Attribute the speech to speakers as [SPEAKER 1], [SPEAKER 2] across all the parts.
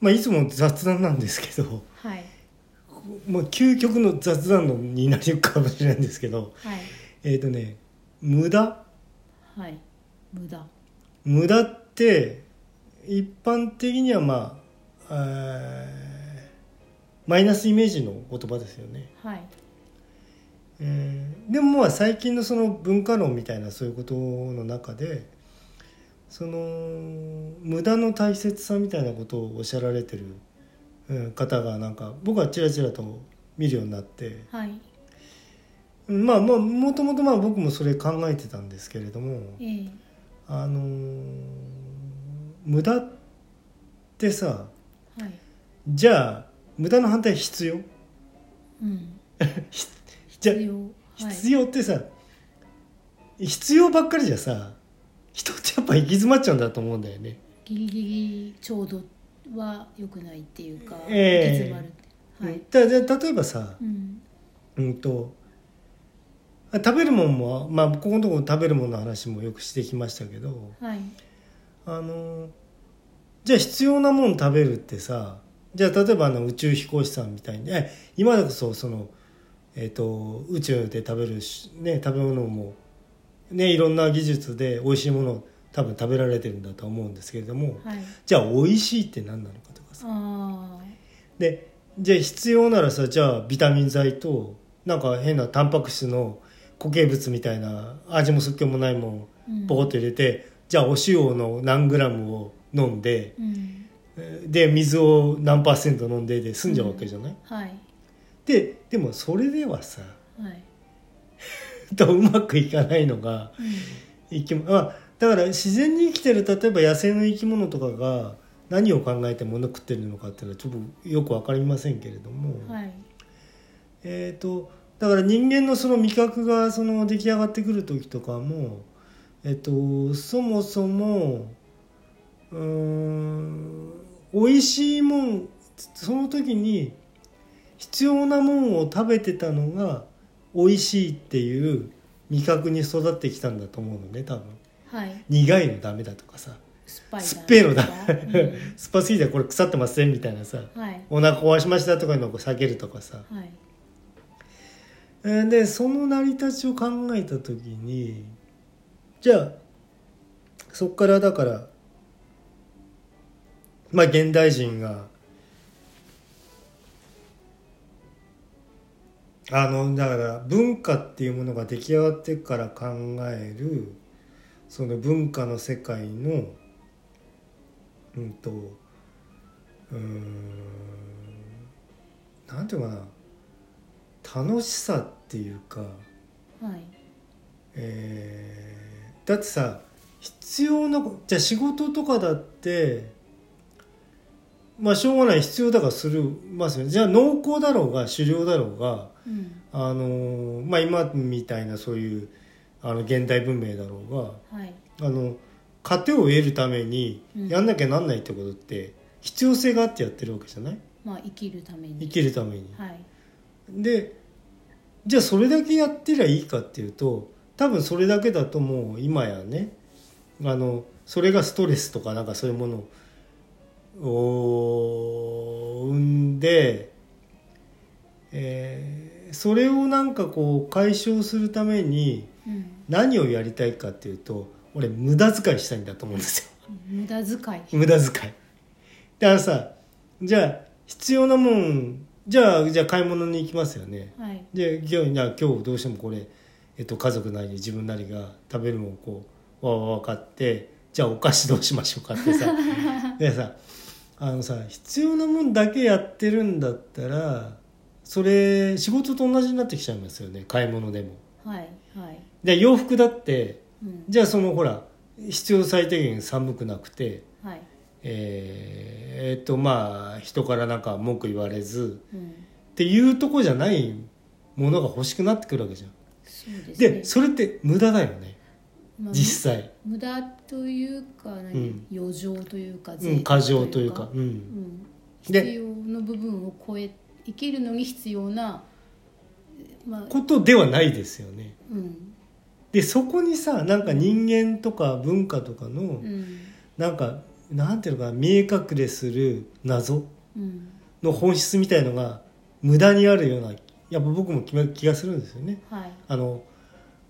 [SPEAKER 1] まあ、いつも雑談なんですけど、
[SPEAKER 2] はい
[SPEAKER 1] まあ、究極の雑談論になるかもしれないんですけど
[SPEAKER 2] はい
[SPEAKER 1] えっ、とね無駄
[SPEAKER 2] はい無駄
[SPEAKER 1] 無駄って一般的にはまあえーマイナスイメージの言葉ですよね、
[SPEAKER 2] はい
[SPEAKER 1] えーでもまあ最近のその文化論みたいなそういうことの中でその無駄の大切さみたいなことをおっしゃられてるうん方がなんか僕はちらちらと見るようになって
[SPEAKER 2] はい
[SPEAKER 1] うんまあまあもともとまあ僕もそれ考えてたんですけれども。
[SPEAKER 2] ええ
[SPEAKER 1] あのー無駄ってさ
[SPEAKER 2] はい
[SPEAKER 1] じゃあ無駄の反対は必要
[SPEAKER 2] うん
[SPEAKER 1] じゃあ
[SPEAKER 2] 必要はい
[SPEAKER 1] 必要ってさ、必要ばっかりじゃさ人ってやっぱ行き詰まっちゃうんだと思うんだよね。
[SPEAKER 2] ギリギリちょうどは良くないっていうか、
[SPEAKER 1] ええ
[SPEAKER 2] 行き詰まるはい、
[SPEAKER 1] だじゃあ例えばさ、
[SPEAKER 2] うん、
[SPEAKER 1] うんとあ食べるもんもまあここのところ食べるもんの話もよくしてきましたけど
[SPEAKER 2] はい
[SPEAKER 1] あのーじゃあ必要なもん食べるってさじゃあ例えばあの宇宙飛行士さんみたいにえ今でこそその、えー、と宇宙で食べるし、ね、食べ物も、ね、いろんな技術で美味しいものを多分食べられてるんだと思うんですけれども
[SPEAKER 2] はい
[SPEAKER 1] じゃあ美味しいって何なのかとかさ
[SPEAKER 2] あ
[SPEAKER 1] でじゃあ必要ならさじゃあビタミン剤となんか変なタンパク質の固形物みたいな味もすっけもないもん
[SPEAKER 2] あ、うん、
[SPEAKER 1] ポコッと入れてじゃあお塩の何グラムを飲んで
[SPEAKER 2] うん
[SPEAKER 1] えーで水を何パーセント飲んでで済んじゃうわけじゃない、
[SPEAKER 2] はい
[SPEAKER 1] ででもそれではさ
[SPEAKER 2] はい、
[SPEAKER 1] とうまくいかないのが
[SPEAKER 2] う
[SPEAKER 1] 生き物あだから自然に生きてる例えば野生の生き物とかが何を考えて物食ってるのかっていうのはちょっとよく分かりませんけれども、
[SPEAKER 2] ん、はい
[SPEAKER 1] えー、とだから人間のその味覚がその出来上がってくる時とかも、えっとそもそもうーん美味しいもんその時に必要なもんを食べてたのが美味しいっていう味覚に育ってきたんだと思うのね多分
[SPEAKER 2] はい
[SPEAKER 1] 苦いのダメだとかさ
[SPEAKER 2] 酸っぱい
[SPEAKER 1] 酸っぱいのだ
[SPEAKER 2] うん
[SPEAKER 1] 酸っぱすぎてこれ腐ってませんみたいなさ
[SPEAKER 2] はい
[SPEAKER 1] お腹壊しましたとかいうのを避けるとかさ
[SPEAKER 2] はい
[SPEAKER 1] えーでその成り立ちを考えた時にじゃあそっからだからまあ現代人があのだから文化っていうものが出来上がってから考えるその文化の世界のうんとうーんなんていうのかな楽しさっていうか、
[SPEAKER 2] はい
[SPEAKER 1] えーだってさ必要なこじゃあ仕事とかだってまあしょうがない必要だからするますよねじゃあ農耕だろうが狩猟だろうが
[SPEAKER 2] うん
[SPEAKER 1] あのーまあ今みたいなそういうあの現代文明だろう
[SPEAKER 2] はい
[SPEAKER 1] があの糧を得るために
[SPEAKER 2] うん
[SPEAKER 1] やんなきゃなんないってことって必要性があってやってるわけじゃない
[SPEAKER 2] まあ生きるため
[SPEAKER 1] 生
[SPEAKER 2] に
[SPEAKER 1] きるために。
[SPEAKER 2] はい
[SPEAKER 1] でじゃあそれだけやってりゃいいかっていうと多分それだけだともう今やねあのそれがストレスとかなんかそういうものを生んで、えーそれをなんかこう解消するために
[SPEAKER 2] うん
[SPEAKER 1] 何をやりたいかっていうと俺無駄遣いしたいんだと思うんですよ。
[SPEAKER 2] 無駄遣い
[SPEAKER 1] 無駄遣いであのさじゃあ必要なもんじゃあじゃあ買い物に行きますよね
[SPEAKER 2] はい
[SPEAKER 1] で今日いや今日どうしてもこれ、えっと、家族なり自分なりが食べるもんをこうわーわーわー買ってじゃあお菓子どうしましょうかってさでさあのさ必要なもんだけやってるんだったらそれ仕事と同じになってきちゃいますよね買い物でも。
[SPEAKER 2] はいはい
[SPEAKER 1] で洋服だって
[SPEAKER 2] うん
[SPEAKER 1] じゃあそのほら必要最低限寒くなくて
[SPEAKER 2] はい
[SPEAKER 1] えーえーっとまあ人からなんか文句言われず
[SPEAKER 2] うん
[SPEAKER 1] っていうとこじゃないものが欲しくなってくるわけじゃん。
[SPEAKER 2] そうですね
[SPEAKER 1] でそれって無駄だよね
[SPEAKER 2] まあ
[SPEAKER 1] 実際、
[SPEAKER 2] 無駄というか何、
[SPEAKER 1] うん
[SPEAKER 2] 余剰というか
[SPEAKER 1] うん、過剰というか、う、
[SPEAKER 2] うんん、
[SPEAKER 1] で
[SPEAKER 2] 必要の部分を超え生きるのに必要なまあ
[SPEAKER 1] ことではないですよね。
[SPEAKER 2] うん
[SPEAKER 1] でそこにさなんか人間とか文化とかの
[SPEAKER 2] うん
[SPEAKER 1] なんかなんていうのかな見え隠れする謎
[SPEAKER 2] うん
[SPEAKER 1] の本質みたいのが無駄にあるようなやっぱ僕も気が気がするんですよね。
[SPEAKER 2] はい
[SPEAKER 1] あの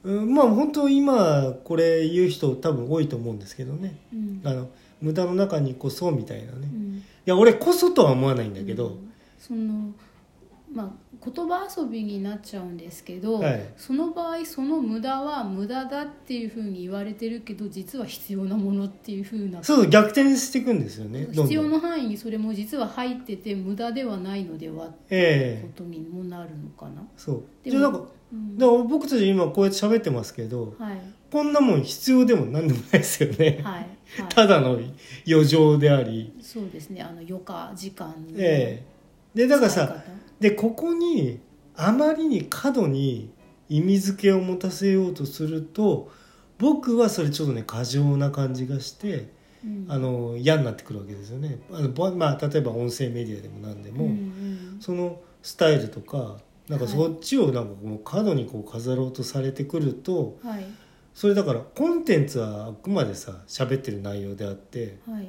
[SPEAKER 1] うんまあ本当今これ言う人多分多いと思うんですけどね
[SPEAKER 2] うん
[SPEAKER 1] あの無駄の中にこそみたいなね、
[SPEAKER 2] う
[SPEAKER 1] い
[SPEAKER 2] ん
[SPEAKER 1] や俺こそとは思わないんだけど、
[SPEAKER 2] うんそのまあ言葉遊びになっちゃうんですけど、
[SPEAKER 1] はい
[SPEAKER 2] その場合その無駄は無駄だっていうふうに言われてるけど実は必要なものっていうふうな
[SPEAKER 1] そうそう逆転していくんですよねどんどん
[SPEAKER 2] 必要の範囲にそれも実は入ってて無駄ではないのではって
[SPEAKER 1] ええ
[SPEAKER 2] ことにもなるのかな、
[SPEAKER 1] そう
[SPEAKER 2] で
[SPEAKER 1] じゃあなんか
[SPEAKER 2] うん
[SPEAKER 1] だから僕たち今こうやって喋ってますけど
[SPEAKER 2] はい
[SPEAKER 1] こんなもん必要でも何でもないですよね、
[SPEAKER 2] はいはい
[SPEAKER 1] ただの余剰であり
[SPEAKER 2] そうですねあの余暇時間の
[SPEAKER 1] ええでだから
[SPEAKER 2] 使い
[SPEAKER 1] さ
[SPEAKER 2] 方
[SPEAKER 1] でここにあまりに過度に意味付けを持たせようとすると僕はそれちょっとね過剰な感じがして
[SPEAKER 2] うん
[SPEAKER 1] あの嫌になってくるわけですよねあの、ぼまあ、例えば音声メディアでも何でも、
[SPEAKER 2] うんうん
[SPEAKER 1] そのスタイルとかなんか
[SPEAKER 2] はい
[SPEAKER 1] そっちをなんかもう過度にこう飾ろうとされてくると
[SPEAKER 2] はい
[SPEAKER 1] それだからコンテンツはあくまでさ喋ってる内容であって
[SPEAKER 2] はい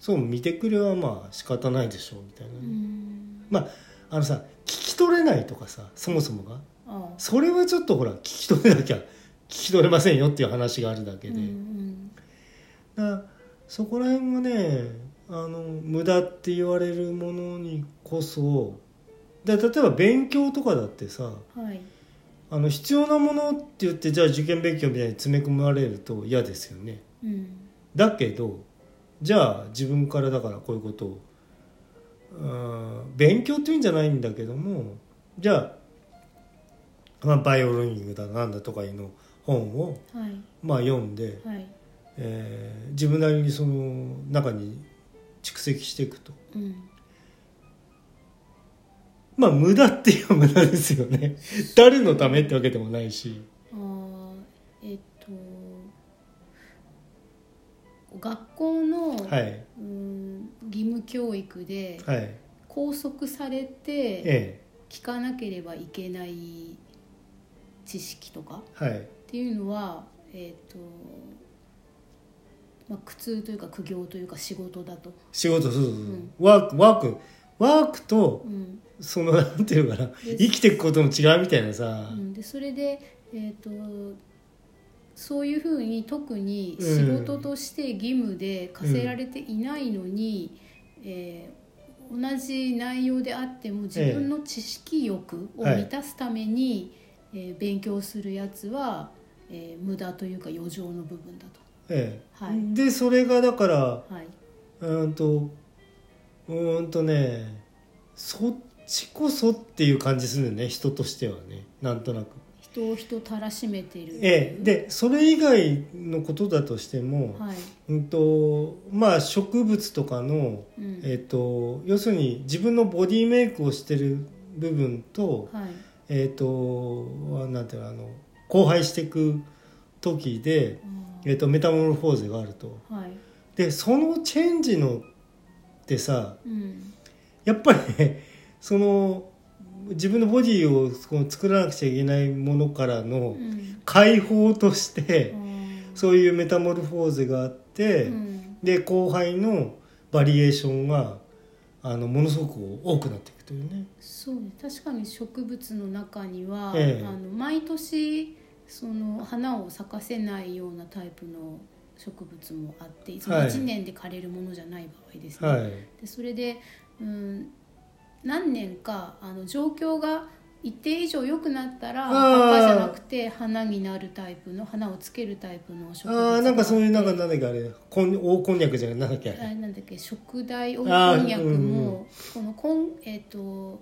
[SPEAKER 1] そう見てくれはまあ仕方ないでしょうみたいなね、
[SPEAKER 2] うん
[SPEAKER 1] まああのさ聞き取れないとかさそもそもが
[SPEAKER 2] ああ
[SPEAKER 1] それはちょっとほら聞き取れなきゃ聞き取れませんよっていう話があるだけで、
[SPEAKER 2] うん
[SPEAKER 1] だからそこら辺がねあの無駄って言われるものにこそで例えば勉強とかだってさ
[SPEAKER 2] うんはい
[SPEAKER 1] あの必要なものって言ってじゃあ受験勉強みたいに詰め込まれると嫌ですよね
[SPEAKER 2] うん
[SPEAKER 1] だけどじゃあ自分からだからこういうことをうん勉強っていうんじゃないんだけどもじゃあ、まあ、バイオロニングだなんだとかいうの本を、
[SPEAKER 2] はい
[SPEAKER 1] まあ、読んで、
[SPEAKER 2] はい
[SPEAKER 1] えー自分なりにその中に蓄積していくと
[SPEAKER 2] うん
[SPEAKER 1] まあ無駄っていう無駄ですよね誰のためってわけでもないし
[SPEAKER 2] ああえっと学校の、
[SPEAKER 1] はい
[SPEAKER 2] うん義務教育で
[SPEAKER 1] はい
[SPEAKER 2] 拘束されて
[SPEAKER 1] ええ
[SPEAKER 2] 聞かなければいけない知識とか
[SPEAKER 1] はい
[SPEAKER 2] っていうのは、えっとまあ、苦痛というか苦行というか仕事だと、
[SPEAKER 1] 仕事そうそうそう、
[SPEAKER 2] ん
[SPEAKER 1] ワークワークワークと
[SPEAKER 2] うん
[SPEAKER 1] そのなんていうのかな
[SPEAKER 2] で
[SPEAKER 1] 生きていくことも違うみたいなさ、
[SPEAKER 2] うん、でそれで、えっとそういうふうに特に
[SPEAKER 1] うん
[SPEAKER 2] 仕事として義務で課せられていないのに、えー同じ内容であっても自分の知識欲を満たすために、えー勉強するやつは、えー無駄というか余剰の部分だ
[SPEAKER 1] ええ
[SPEAKER 2] はい
[SPEAKER 1] でそれがだから
[SPEAKER 2] と。はい、
[SPEAKER 1] うーんとうーんとねそっちこそっていう感じするよね人としてはねなんとなく。
[SPEAKER 2] 人を人たらしめてる
[SPEAKER 1] ええ、でそれ以外のことだとしても、
[SPEAKER 2] はい、
[SPEAKER 1] うんとまあ植物とかの、
[SPEAKER 2] うん
[SPEAKER 1] えっと要するに自分のボディメイクをしてる部分と、
[SPEAKER 2] はい
[SPEAKER 1] えっ、となんていうのあの荒廃していく時で、
[SPEAKER 2] あ
[SPEAKER 1] えー、とメタモルフォーゼがあると
[SPEAKER 2] ーはい
[SPEAKER 1] でそのチェンジのってさ
[SPEAKER 2] うん
[SPEAKER 1] やっぱり ねその自分のボディをこの作らなくちゃいけないものから
[SPEAKER 2] う
[SPEAKER 1] の
[SPEAKER 2] ん
[SPEAKER 1] 解放とし
[SPEAKER 2] あ
[SPEAKER 1] て、
[SPEAKER 2] ー
[SPEAKER 1] そういうメタモルフォーゼがあって、
[SPEAKER 2] うん
[SPEAKER 1] で後輩のバリエーションがあのものすごく多くなっていくというね。
[SPEAKER 2] そうね確かに植物の中には、
[SPEAKER 1] ええ
[SPEAKER 2] あの毎年その花を咲かせないようなタイプの植物もあってその
[SPEAKER 1] はい
[SPEAKER 2] 1年で枯れるものじゃない場合ですね、
[SPEAKER 1] はい
[SPEAKER 2] でそれで、うん、何年かあの状況が一定以上良くなったら
[SPEAKER 1] あー
[SPEAKER 2] 葉っぱじゃなくて花になるタイプの花をつけるタイプの植
[SPEAKER 1] あ
[SPEAKER 2] 物が
[SPEAKER 1] ーなんかそういうなんか
[SPEAKER 2] あ
[SPEAKER 1] なんだっけあれこん大こんにゃくじゃなくなんだっけあれ
[SPEAKER 2] れなんだっけ食材をこ
[SPEAKER 1] あー
[SPEAKER 2] んにゃく
[SPEAKER 1] うんう
[SPEAKER 2] もこのこんえっ、と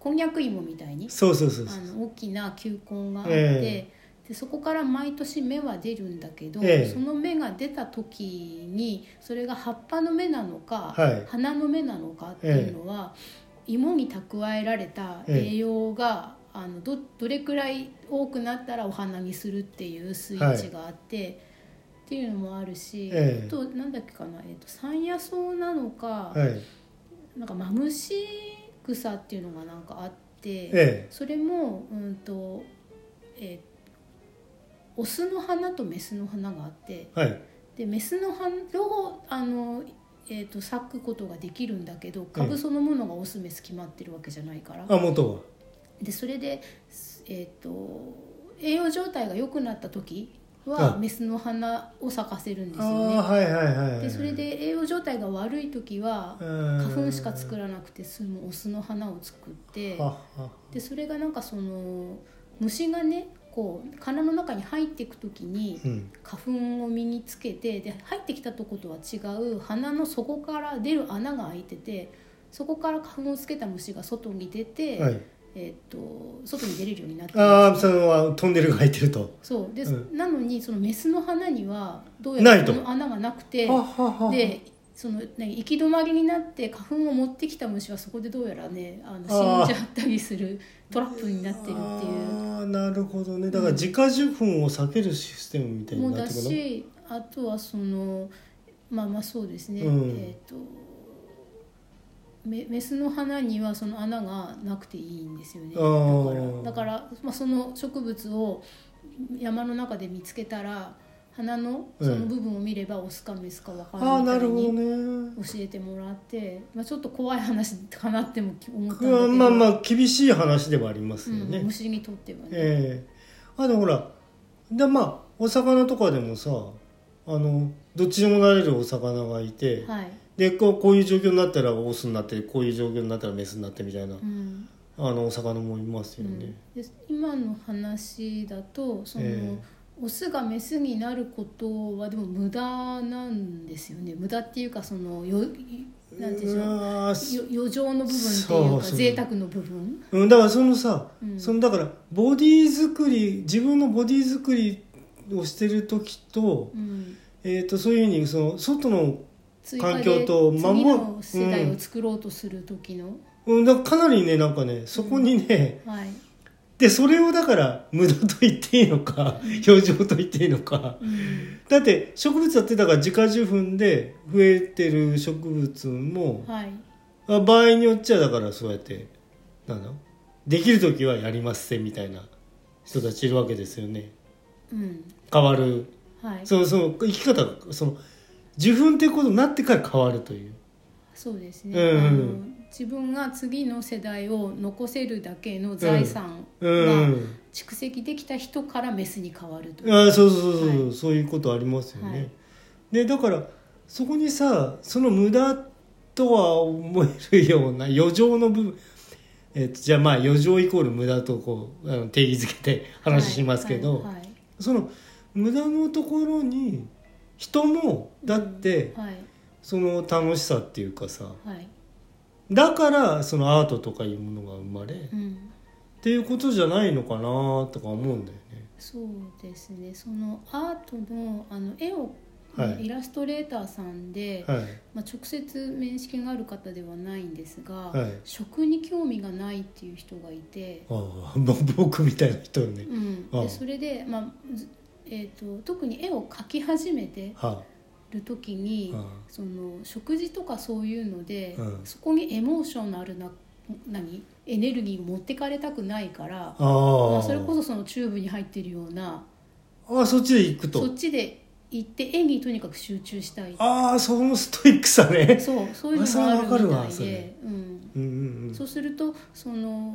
[SPEAKER 2] こんにゃく芋みたいに
[SPEAKER 1] そうそうそう
[SPEAKER 2] あ
[SPEAKER 1] そう
[SPEAKER 2] の大きな球根があって、
[SPEAKER 1] え
[SPEAKER 2] でそこから毎年芽は出るんだけど、
[SPEAKER 1] ええ
[SPEAKER 2] その芽が出た時にそれが葉っぱの芽なのか、
[SPEAKER 1] はい
[SPEAKER 2] 花の芽なのかっていうのは、芋に蓄えられた栄養が、あのどどれくらい多くなったらお花にするっていうスイッチがあって。っていうのもあるし、
[SPEAKER 1] ええ
[SPEAKER 2] あとなんだっけかな、えっと山野草なのか、
[SPEAKER 1] はい
[SPEAKER 2] なんかマムシ草っていうのがなんかあって、
[SPEAKER 1] ええ
[SPEAKER 2] それもうんと、えーオスの花とメスの花があって
[SPEAKER 1] はい
[SPEAKER 2] でメスの反両方あの、えー、と咲くことができるんだけど株そのものがオスメス決まってるわけじゃないから、
[SPEAKER 1] あ元は
[SPEAKER 2] でそれで、えー、と栄養状態が良くなった時は
[SPEAKER 1] あ
[SPEAKER 2] メスの花を咲かせるんです
[SPEAKER 1] あ
[SPEAKER 2] よね。
[SPEAKER 1] あはいはいはいはい
[SPEAKER 2] でそれで栄養状態が悪い時は
[SPEAKER 1] 花
[SPEAKER 2] 花粉しか作
[SPEAKER 1] ら
[SPEAKER 2] らなくて済むオスの花を作って
[SPEAKER 1] はは
[SPEAKER 2] でそれがなんかその虫がねこう殻の中に入っていく時に
[SPEAKER 1] うん
[SPEAKER 2] 花粉を身につけてで入ってきたとことは違う鼻の底から出る穴が開いててそこから花粉をつけた虫が外に出て、
[SPEAKER 1] はい
[SPEAKER 2] えー、と外に出れるようになって
[SPEAKER 1] あ
[SPEAKER 2] ま
[SPEAKER 1] あ
[SPEAKER 2] す
[SPEAKER 1] そのはトンネルが入ってると
[SPEAKER 2] そうで、
[SPEAKER 1] う
[SPEAKER 2] なのにそのメスの花にはどう
[SPEAKER 1] な
[SPEAKER 2] や
[SPEAKER 1] い
[SPEAKER 2] ら
[SPEAKER 1] と
[SPEAKER 2] その穴がなくて
[SPEAKER 1] ははは
[SPEAKER 2] でその何行き止まりになって花粉を持ってきた虫はそこでどうやらねあ
[SPEAKER 1] あ
[SPEAKER 2] の
[SPEAKER 1] ー
[SPEAKER 2] 死んじゃったりするトラップになってるっていう
[SPEAKER 1] ああなるほどねだから自家受粉を避けるシステムみたい
[SPEAKER 2] も
[SPEAKER 1] にな
[SPEAKER 2] だ
[SPEAKER 1] ってこと
[SPEAKER 2] しあとはそのまあまあそうですね、
[SPEAKER 1] うん
[SPEAKER 2] えっ、とメメスの花にはその穴がなくていいんですよね
[SPEAKER 1] あー
[SPEAKER 2] だからだから、まあ、その植物を山の中で見つけたら花のその部分を見ればオスかメスか分か
[SPEAKER 1] ああ
[SPEAKER 2] るみた
[SPEAKER 1] ないるほど
[SPEAKER 2] に
[SPEAKER 1] ね
[SPEAKER 2] 教えてもらって、まあ、ちょっと怖い話かなっても思ったんだけ
[SPEAKER 1] う
[SPEAKER 2] ど、
[SPEAKER 1] んまあまあ厳しい話ではあります
[SPEAKER 2] う
[SPEAKER 1] よ
[SPEAKER 2] ん
[SPEAKER 1] ね、
[SPEAKER 2] 虫にとってはね、
[SPEAKER 1] ええあでもほらでまあお魚とかでもさあのどっちにもなれるお魚がいて、
[SPEAKER 2] はい、
[SPEAKER 1] でこうこういう状況になったらオスになってこういう状況になったらメスになってみたいな、
[SPEAKER 2] うん、
[SPEAKER 1] あのお魚もいます
[SPEAKER 2] う
[SPEAKER 1] よ
[SPEAKER 2] ん
[SPEAKER 1] ね。
[SPEAKER 2] で今の話だとその、
[SPEAKER 1] え
[SPEAKER 2] オスがメスになることはでも無駄なんですよね無駄っていうかそのよなんていうんでしょう
[SPEAKER 1] わーす
[SPEAKER 2] よ余剰の部分ってい
[SPEAKER 1] そう
[SPEAKER 2] う
[SPEAKER 1] そ
[SPEAKER 2] か
[SPEAKER 1] う
[SPEAKER 2] 贅沢の部分
[SPEAKER 1] うん、だからそのさ、
[SPEAKER 2] うん
[SPEAKER 1] そのだからボディ作り自分のボディ作りをしてる時と,、
[SPEAKER 2] うん
[SPEAKER 1] えー、とそういうふうにその外の、
[SPEAKER 2] 追加
[SPEAKER 1] 環
[SPEAKER 2] で
[SPEAKER 1] 境と
[SPEAKER 2] 次
[SPEAKER 1] 守
[SPEAKER 2] の
[SPEAKER 1] る
[SPEAKER 2] 世代を作ろうとする時の、
[SPEAKER 1] うん、だからかなりねなんかねそこにね、
[SPEAKER 2] はい、
[SPEAKER 1] でそれをだから無駄と言っていいのか 表情と言っていいのか
[SPEAKER 2] うん
[SPEAKER 1] だって植物だってだから自家受粉で増えてる植物も
[SPEAKER 2] はい
[SPEAKER 1] あ場合によっちゃだからそうやってなんだできる時はやりますせみたいな人たちいるわけですよね
[SPEAKER 2] うん
[SPEAKER 1] 変わる
[SPEAKER 2] はい
[SPEAKER 1] そのその生き方がその受粉っていうことになってから変わるという
[SPEAKER 2] そうですね、
[SPEAKER 1] うん
[SPEAKER 2] あの自分が次の世代を残せるだけの財産が、
[SPEAKER 1] うん、
[SPEAKER 2] 蓄積できた人からメスに変わるという
[SPEAKER 1] あーそうそうそうそう、
[SPEAKER 2] はい
[SPEAKER 1] そういうことありますよね。
[SPEAKER 2] はい
[SPEAKER 1] でだからそこにさその無駄とは思えるような 余剰の部分、えっとじゃあまあ余剰イコール無駄とこうあの定義づけて話しますけど、
[SPEAKER 2] はいはい
[SPEAKER 1] その無駄のところに人もだって
[SPEAKER 2] はい
[SPEAKER 1] その楽しさっていうかさ
[SPEAKER 2] はい
[SPEAKER 1] だからそのアートとかいうものが生まれ、っ
[SPEAKER 2] うん、
[SPEAKER 1] ていうことじゃないのかなとか思うんだよね。
[SPEAKER 2] そうですねそのアートのあの絵を、
[SPEAKER 1] はい
[SPEAKER 2] イラストレーターさんで、
[SPEAKER 1] はい、
[SPEAKER 2] まあ、直接面識がある方ではないんですが、
[SPEAKER 1] はい
[SPEAKER 2] 食に興味がないっていう人がいて、
[SPEAKER 1] あ あまあ僕みたいな人よね。
[SPEAKER 2] うん、
[SPEAKER 1] ああ
[SPEAKER 2] でそれで、まあずえー、と特に絵を描き始めて
[SPEAKER 1] は
[SPEAKER 2] る時に、
[SPEAKER 1] ああ
[SPEAKER 2] その食事とかそういうので、
[SPEAKER 1] うん
[SPEAKER 2] そこにエモーションのあるな何エネルギーを持ってかれたくないから
[SPEAKER 1] ああ、
[SPEAKER 2] まあ、それこそそのチューブに入ってるような
[SPEAKER 1] ああそっちで行く
[SPEAKER 2] そっ
[SPEAKER 1] と
[SPEAKER 2] ちで行って演技にとにかく集中したい
[SPEAKER 1] ああそのストイックさね
[SPEAKER 2] そうそういう
[SPEAKER 1] あ
[SPEAKER 2] の
[SPEAKER 1] それ
[SPEAKER 2] が
[SPEAKER 1] は
[SPEAKER 2] あ
[SPEAKER 1] わか
[SPEAKER 2] る
[SPEAKER 1] る
[SPEAKER 2] み
[SPEAKER 1] わ
[SPEAKER 2] たい
[SPEAKER 1] それ
[SPEAKER 2] で、う
[SPEAKER 1] う
[SPEAKER 2] ん、
[SPEAKER 1] んうんうん
[SPEAKER 2] そうするとその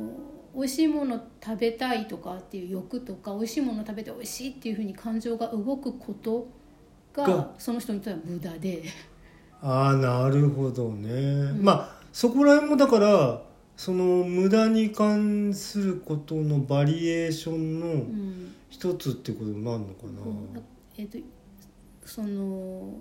[SPEAKER 2] 美味しいもの食べたいとかっていう欲とか美味しいもの食べて美味しいっていうふうに感情が動くことが
[SPEAKER 1] が
[SPEAKER 2] その人にとっては無駄で、
[SPEAKER 1] ああなるほどね、
[SPEAKER 2] ん
[SPEAKER 1] まあそこら辺もだからその無駄に関することのバリエーション
[SPEAKER 2] う
[SPEAKER 1] の
[SPEAKER 2] ん、
[SPEAKER 1] 一つってことになるのかな、
[SPEAKER 2] うんえっとその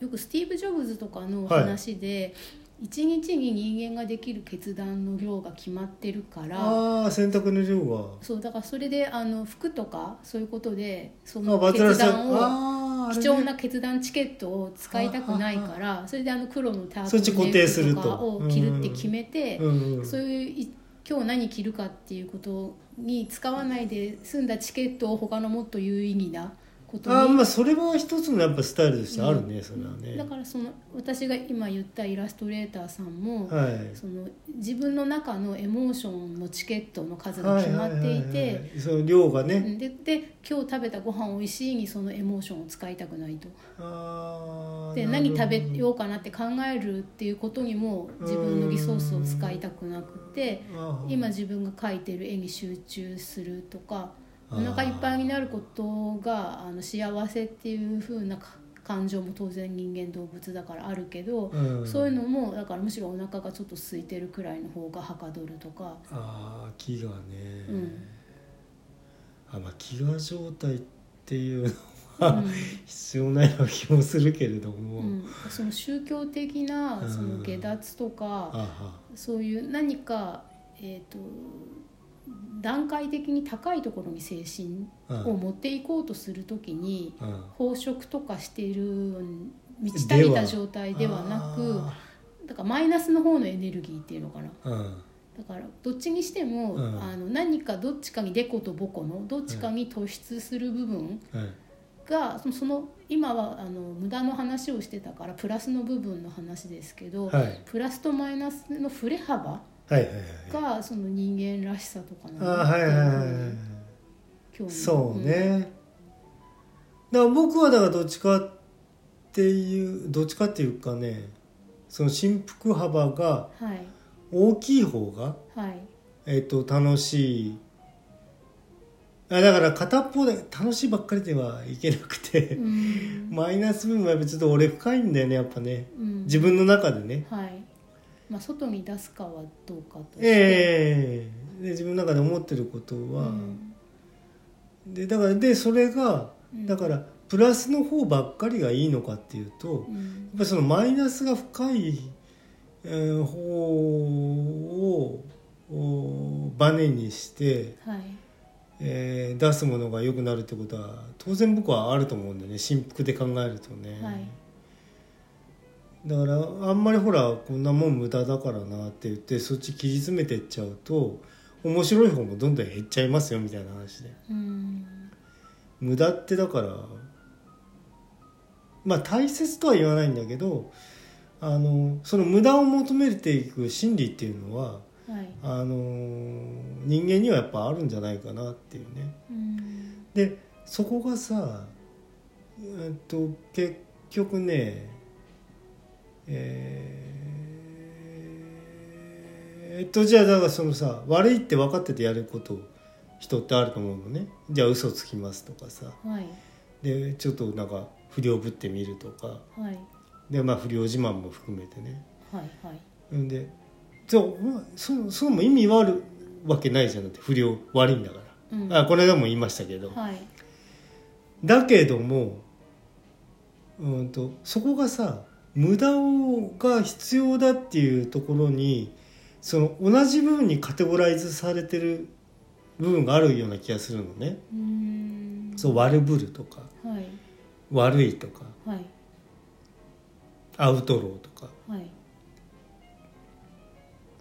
[SPEAKER 2] よくスティーブ・ジョブズとかのお話で、一日に人間ができる決断の量が決まってるから
[SPEAKER 1] ああ洗濯の量が
[SPEAKER 2] そうだからそれであの服とかそういうことでそ
[SPEAKER 1] あ
[SPEAKER 2] の
[SPEAKER 1] バズら
[SPEAKER 2] 決
[SPEAKER 1] せた
[SPEAKER 2] 断を
[SPEAKER 1] あああれね
[SPEAKER 2] 貴重な決断チケットを使いたくないからそれであの黒のター
[SPEAKER 1] そっち固定する
[SPEAKER 2] と
[SPEAKER 1] と
[SPEAKER 2] かを着るって決めて
[SPEAKER 1] う。んうん
[SPEAKER 2] そういうい今日何着るかっていうことに使わないで済んだチケットを他のもっと有意義なことに
[SPEAKER 1] あーまあそれは一つのやっぱスタイルとしてあるね、それはね
[SPEAKER 2] だからその私が今言ったイラストレーターさんも、
[SPEAKER 1] はい
[SPEAKER 2] その自分の中のエモーションのチケットの数が決まってい
[SPEAKER 1] ははは
[SPEAKER 2] て
[SPEAKER 1] はその量が
[SPEAKER 2] う
[SPEAKER 1] ね、
[SPEAKER 2] んでで今日食べたご飯おいしいにそのエモーションを使いたくないと
[SPEAKER 1] あー
[SPEAKER 2] で
[SPEAKER 1] なる
[SPEAKER 2] 何
[SPEAKER 1] ほど
[SPEAKER 2] 食べようかなって考えるっていうことにも自分のリソースを使いたくなくて
[SPEAKER 1] あー
[SPEAKER 2] 今自分が描いてる絵に集中するとか
[SPEAKER 1] あ
[SPEAKER 2] お
[SPEAKER 1] ー
[SPEAKER 2] 腹いっぱいになることがあの幸せっていう風なか感情も当然人間動物だからあるけど、
[SPEAKER 1] うん
[SPEAKER 2] そういうのもだからむしろお腹がちょっと空いてるくらいの方がはかどるとか、
[SPEAKER 1] ああ飢餓ね、
[SPEAKER 2] うん
[SPEAKER 1] あまあ飢餓状態っていうの
[SPEAKER 2] う
[SPEAKER 1] は、
[SPEAKER 2] ん
[SPEAKER 1] 必要ないような気もするけれども、
[SPEAKER 2] うんその宗教的
[SPEAKER 1] う
[SPEAKER 2] なんその下脱とか、
[SPEAKER 1] あは
[SPEAKER 2] そういう何か、えー、と段階的に高いところに精神を持っていこうとするときに
[SPEAKER 1] うん
[SPEAKER 2] 飽食とかしている満ち足りた状態ではなくだからマイナスの方のエネルギーっていうのかな
[SPEAKER 1] あーうん
[SPEAKER 2] だからどっちにしても、
[SPEAKER 1] うん
[SPEAKER 2] あの何かどっちかにデコとボコのどっちかに突出する部分
[SPEAKER 1] うん
[SPEAKER 2] が、そのその今はあの無駄の話をしてたからプラスの部分の話ですけど、
[SPEAKER 1] はい
[SPEAKER 2] プラスとマイナスの振れ幅
[SPEAKER 1] はいはいはい
[SPEAKER 2] がその人間らしさとか
[SPEAKER 1] あ
[SPEAKER 2] な
[SPEAKER 1] あ
[SPEAKER 2] っ
[SPEAKER 1] は
[SPEAKER 2] て
[SPEAKER 1] い
[SPEAKER 2] い
[SPEAKER 1] はい
[SPEAKER 2] う
[SPEAKER 1] はい
[SPEAKER 2] ふう
[SPEAKER 1] は
[SPEAKER 2] に興
[SPEAKER 1] い
[SPEAKER 2] 味
[SPEAKER 1] そうね、だから僕はだからどっちかっていうどっちかっていうかねその振幅幅が
[SPEAKER 2] うんはい
[SPEAKER 1] 大きい方が
[SPEAKER 2] はい
[SPEAKER 1] えっと楽しいあだから片っぽで楽しいばっかりではいけなくて
[SPEAKER 2] う、ん、
[SPEAKER 1] マイナス部分はやっぱちょっと俺深いんだよねやっぱね
[SPEAKER 2] うん
[SPEAKER 1] 自分の中でね
[SPEAKER 2] はいまあ外に出すかはどうかとして、
[SPEAKER 1] ええで自分の中で思ってること
[SPEAKER 2] う
[SPEAKER 1] は、
[SPEAKER 2] ん
[SPEAKER 1] でだからでそれが
[SPEAKER 2] うん
[SPEAKER 1] だからプラスの方ばっかりがいいのかっていうと、やっ
[SPEAKER 2] うん
[SPEAKER 1] ぱりそのマイナスが深い、えー方をおバネにして、
[SPEAKER 2] はい
[SPEAKER 1] えー出すものが良くなるってことは当然僕はあると思うんだよね振幅で考えるとね、
[SPEAKER 2] はい
[SPEAKER 1] だからあんまりほらこんなもん無駄だからなって言ってそっち切り詰めてっちゃうと面白い方もどんどん減っちゃいますよみたいな話で
[SPEAKER 2] うん
[SPEAKER 1] 無駄ってだからまあ大切とは言わないんだけどあのその無駄を求めていく心理っていうのは
[SPEAKER 2] はい
[SPEAKER 1] あの人間にはやっぱあるんじゃないかなっていうね。
[SPEAKER 2] うん
[SPEAKER 1] でそこがさ、えっと、結局ねえーえっとじゃあだからそのさ悪いって分かっててやること人ってあると思うのねじゃあ嘘つきますとかさ
[SPEAKER 2] はい
[SPEAKER 1] でちょっとなんか不良ぶってみるとか
[SPEAKER 2] はい
[SPEAKER 1] で、まあ、不良自慢も含めてね
[SPEAKER 2] はいはい
[SPEAKER 1] んでじゃあお前そそのも意味はあるわけないじゃんだって不良悪いんだか
[SPEAKER 2] うん
[SPEAKER 1] ら、あこれでも言いましたけど、
[SPEAKER 2] はい
[SPEAKER 1] だけども、うん、とそこがさ無駄をが必要だっていうところにその同じ部分にカテゴライズされてる部分があるような気がするのね。
[SPEAKER 2] うん
[SPEAKER 1] そう悪ぶるとか
[SPEAKER 2] はい
[SPEAKER 1] 悪いとか
[SPEAKER 2] はい
[SPEAKER 1] アウトローとか
[SPEAKER 2] はい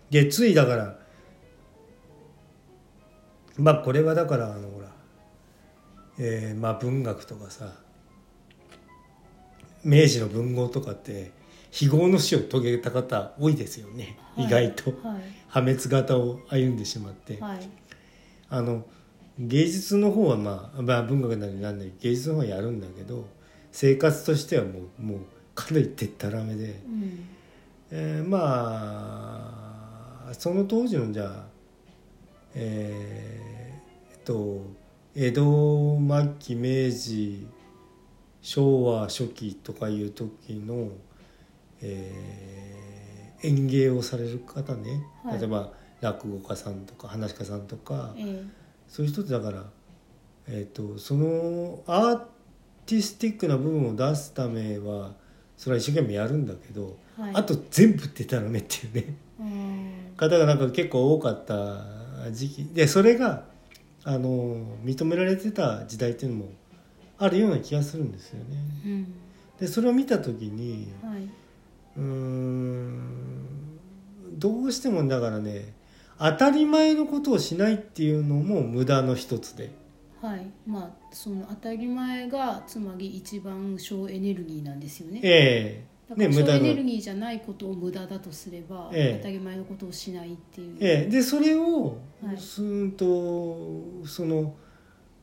[SPEAKER 1] でついだからまあこれはだからあのほら、えーまあ文学とかさ明治の文豪とかって非業の死を遂げた方多いですよね、
[SPEAKER 2] はい
[SPEAKER 1] 意外と
[SPEAKER 2] はい
[SPEAKER 1] 破滅型を歩んでしまって、
[SPEAKER 2] はい
[SPEAKER 1] あの芸術の方は、まあ、まあ文学なりなんなり芸術の方はやるんだけど生活としてはもうもうかなりでったらめで。
[SPEAKER 2] うん
[SPEAKER 1] えーまあその当時のじゃあえーえっと江戸末期明治昭和初期とかいう時の、えー演芸をされる方ね、
[SPEAKER 2] はい
[SPEAKER 1] 例えば落語家さんとか話し家さんとか
[SPEAKER 2] ええ
[SPEAKER 1] そういう人ってだから、えー、とそのアーティスティックな部分を出すためはそれは一生懸命やるんだけど、
[SPEAKER 2] はい
[SPEAKER 1] あと全部出たらめっていうね
[SPEAKER 2] うん
[SPEAKER 1] 方がなんか結構多かった時期でそれがあの認められてた時代っていうのもあるような気がするんですよね。
[SPEAKER 2] うん
[SPEAKER 1] でそれを見た時に
[SPEAKER 2] はい、
[SPEAKER 1] うーんどうしてもだからね当たり前のことをしないっていうのも無駄の一つで
[SPEAKER 2] はいまあその当たり前がつまり一番省エネルギーなんですよね。
[SPEAKER 1] ええ
[SPEAKER 2] だか
[SPEAKER 1] ね
[SPEAKER 2] ら
[SPEAKER 1] 無
[SPEAKER 2] 省
[SPEAKER 1] 駄
[SPEAKER 2] エ
[SPEAKER 1] な
[SPEAKER 2] ネルギーじゃないことを無駄だとすれば、
[SPEAKER 1] ええ
[SPEAKER 2] 当たり前のことをしないっていう、
[SPEAKER 1] ええでそれを
[SPEAKER 2] はい
[SPEAKER 1] すーんとその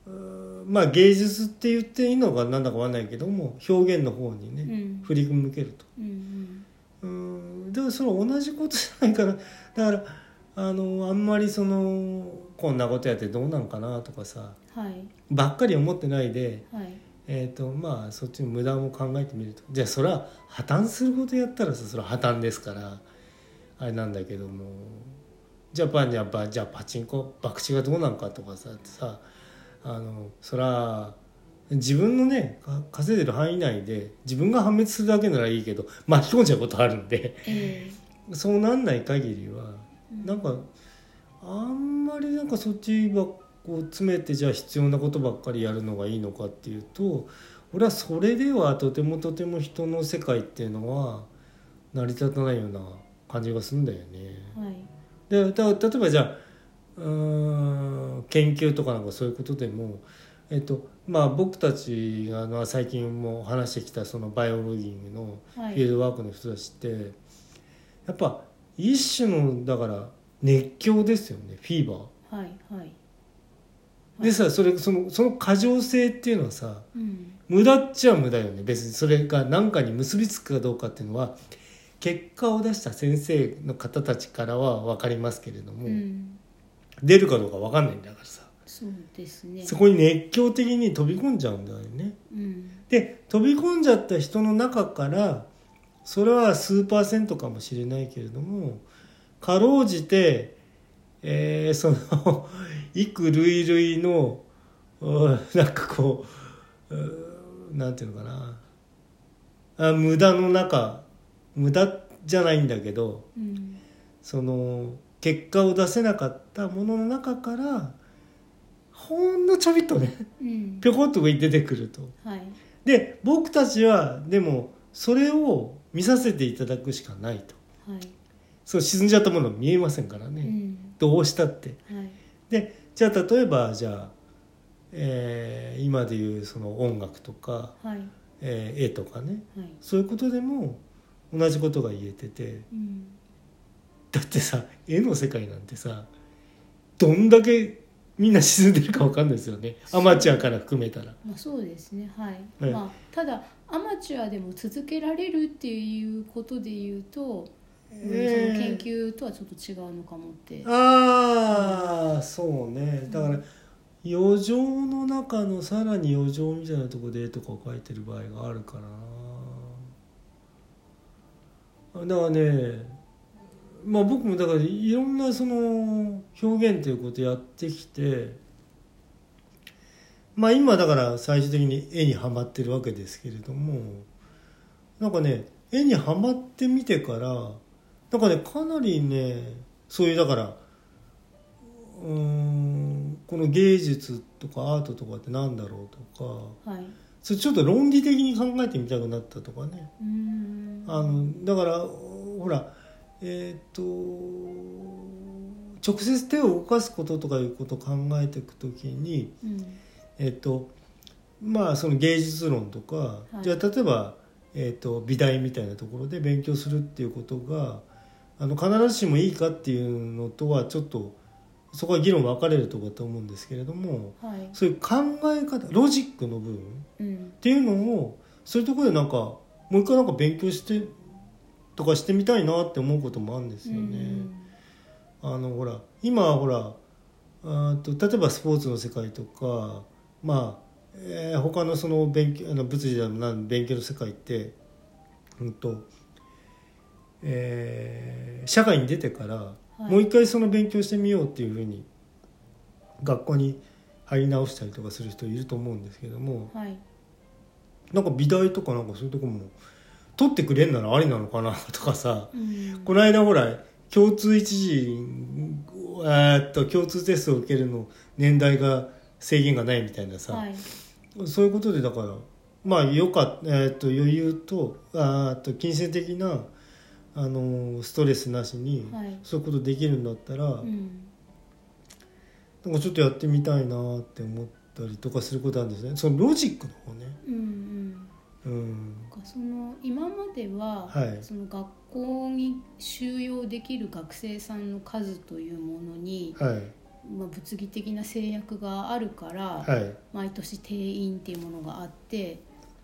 [SPEAKER 1] うーまあ芸術って言っていいのかなんだかわかんないけども表現の方に
[SPEAKER 2] う
[SPEAKER 1] ね、
[SPEAKER 2] ん
[SPEAKER 1] 振り向けると。
[SPEAKER 2] うんうん
[SPEAKER 1] うーんでもそれ同じことじゃないからだからあのあんまりそのこんなことやってどうなんかなとかさ
[SPEAKER 2] はい
[SPEAKER 1] ばっかり思ってないで、
[SPEAKER 2] はい
[SPEAKER 1] えーとまあ、そっちの無駄も考えてみるとじゃあそれは破綻することやったらさそれは破綻ですからあれなんだけどもじゃあパンじゃあじゃあパチンコ博打がどうなんかとかささあのそれは自分のねか稼いでる範囲内で自分が破滅するだけならいいけど巻き込んじゃうことあるんで。
[SPEAKER 2] え
[SPEAKER 1] そうなんない限りはなんかあんまりなんかそっちばっこう詰めてじゃあ必要なことばっかりやるのがいいのかっていうと俺はそれではとてもとても人の世界っていうのは成り立たないような感じがするんだよね。
[SPEAKER 2] えはい
[SPEAKER 1] でた例えばじゃあうーん研究とかなんかそういうことでも、えっとまあ、僕たちがあの最近も話してきたそのバイオロギングの
[SPEAKER 2] は
[SPEAKER 1] フィー
[SPEAKER 2] い
[SPEAKER 1] ルドワークの人たちってやっぱ一種のだから熱狂ですよねフィーバー。
[SPEAKER 2] はいはい
[SPEAKER 1] でさそれそのその過剰性っていうのはさ
[SPEAKER 2] うん
[SPEAKER 1] 無駄っちゃ無駄よね別にそれが何かに結びつくかどうかっていうのは結果を出した先生の方たちからは分かりますけれども、
[SPEAKER 2] うん
[SPEAKER 1] 出るかどうか分かんないんだからさ
[SPEAKER 2] そうですね
[SPEAKER 1] そこに熱狂的に飛び込んじゃうんだよね。
[SPEAKER 2] うん
[SPEAKER 1] で飛び込んじゃった人の中からそれは数パーセントかもしれないけれどもかろうじて、えーその 幾類々のうんなんかこううんなんていうのかなあ無駄の中無駄じゃないんだけど
[SPEAKER 2] うん
[SPEAKER 1] その結果を出せなかったものの中からほんのちょびっとね
[SPEAKER 2] うん
[SPEAKER 1] ぴょこっと上に出てくると。
[SPEAKER 2] はい
[SPEAKER 1] で僕たちはでもそれを見させていただくしかないと
[SPEAKER 2] はい
[SPEAKER 1] そう沈んじゃったものは見えませんからね、
[SPEAKER 2] うん
[SPEAKER 1] どうしたって
[SPEAKER 2] はい
[SPEAKER 1] でじゃあ例えばじゃあ、えー今でいうその音楽とか、
[SPEAKER 2] はい
[SPEAKER 1] えー絵とかね
[SPEAKER 2] はい
[SPEAKER 1] そういうことでも同じことが言えてて
[SPEAKER 2] うん
[SPEAKER 1] だってさ絵の世界なんてさどんだけみんな沈んでるかわかんないですよねアマチュアから含めたら。
[SPEAKER 2] まあそうですねはい、
[SPEAKER 1] ええ
[SPEAKER 2] まあただアマチュアでも続けられるっていうことで言うと、うんその研究とはちょっと違うのかもって
[SPEAKER 1] ああそうねだから
[SPEAKER 2] うん
[SPEAKER 1] 余剰の中のさらに余剰みたいなところで絵とかを描いてる場合があるからなだからねまあ僕もだからいろんなその表現ということやってきてまあ今だから最終的に絵にはまってるわけですけれどもなんかね絵にはまってみてからなんかねかなりねそういうだからうーんこの芸術とかアートとかってなんだろうとか
[SPEAKER 2] はい
[SPEAKER 1] それちょっと論理的に考えてみたくなったとかね
[SPEAKER 2] うーん
[SPEAKER 1] あのだからほらえーっと直接手を動かすこととかいうことを考えていくときに
[SPEAKER 2] うん
[SPEAKER 1] えーっとまあその芸術論とか、
[SPEAKER 2] い
[SPEAKER 1] じゃあ例えば、えーっと美大みたいなところで勉強するっていうことがあの必ずしもいいかっていうのとはちょっとそこは議論分かれるとこだと思うんですけれども
[SPEAKER 2] はい
[SPEAKER 1] そういう考え方ロジックの部分、
[SPEAKER 2] うん
[SPEAKER 1] っていうのをそういうところでなんかもう一回なんか勉強してとかしてみたいなって思うこともあるんですよね。あのほら今はほらあーと例えばスポーツの世界とかまあ、えー他のその勉強あの物理だなん勉強の世界ってうんと、えー社会に出てから、
[SPEAKER 2] い
[SPEAKER 1] もう一回その勉強してみようっていうふうに学校に入り直したりとかする人いると思うんですけども。
[SPEAKER 2] うんはい
[SPEAKER 1] なんか美大とかなんかそういうとこも取ってくれんならありなのかなとかさ
[SPEAKER 2] うん
[SPEAKER 1] この間ほら共通一次えーっと共通テストを受けるの年代が制限がないみたいなさ、
[SPEAKER 2] はい
[SPEAKER 1] そういうことでだからまあよかっ、えーっと余裕とあーっと金銭的なあのストレスなしに、
[SPEAKER 2] はい
[SPEAKER 1] そういうことできるんだったら、
[SPEAKER 2] うん
[SPEAKER 1] なんかちょっとやってみたいなって思ったったりとかすることあるんですねそのロジックの方ね。
[SPEAKER 2] うんうん
[SPEAKER 1] うん、
[SPEAKER 2] なんかその今までは、
[SPEAKER 1] はい
[SPEAKER 2] その学校に収容できる学生さんの数というものに、
[SPEAKER 1] はい、
[SPEAKER 2] まあ、物理的な制約があるから、
[SPEAKER 1] はい、
[SPEAKER 2] 毎年定員っていうものがあって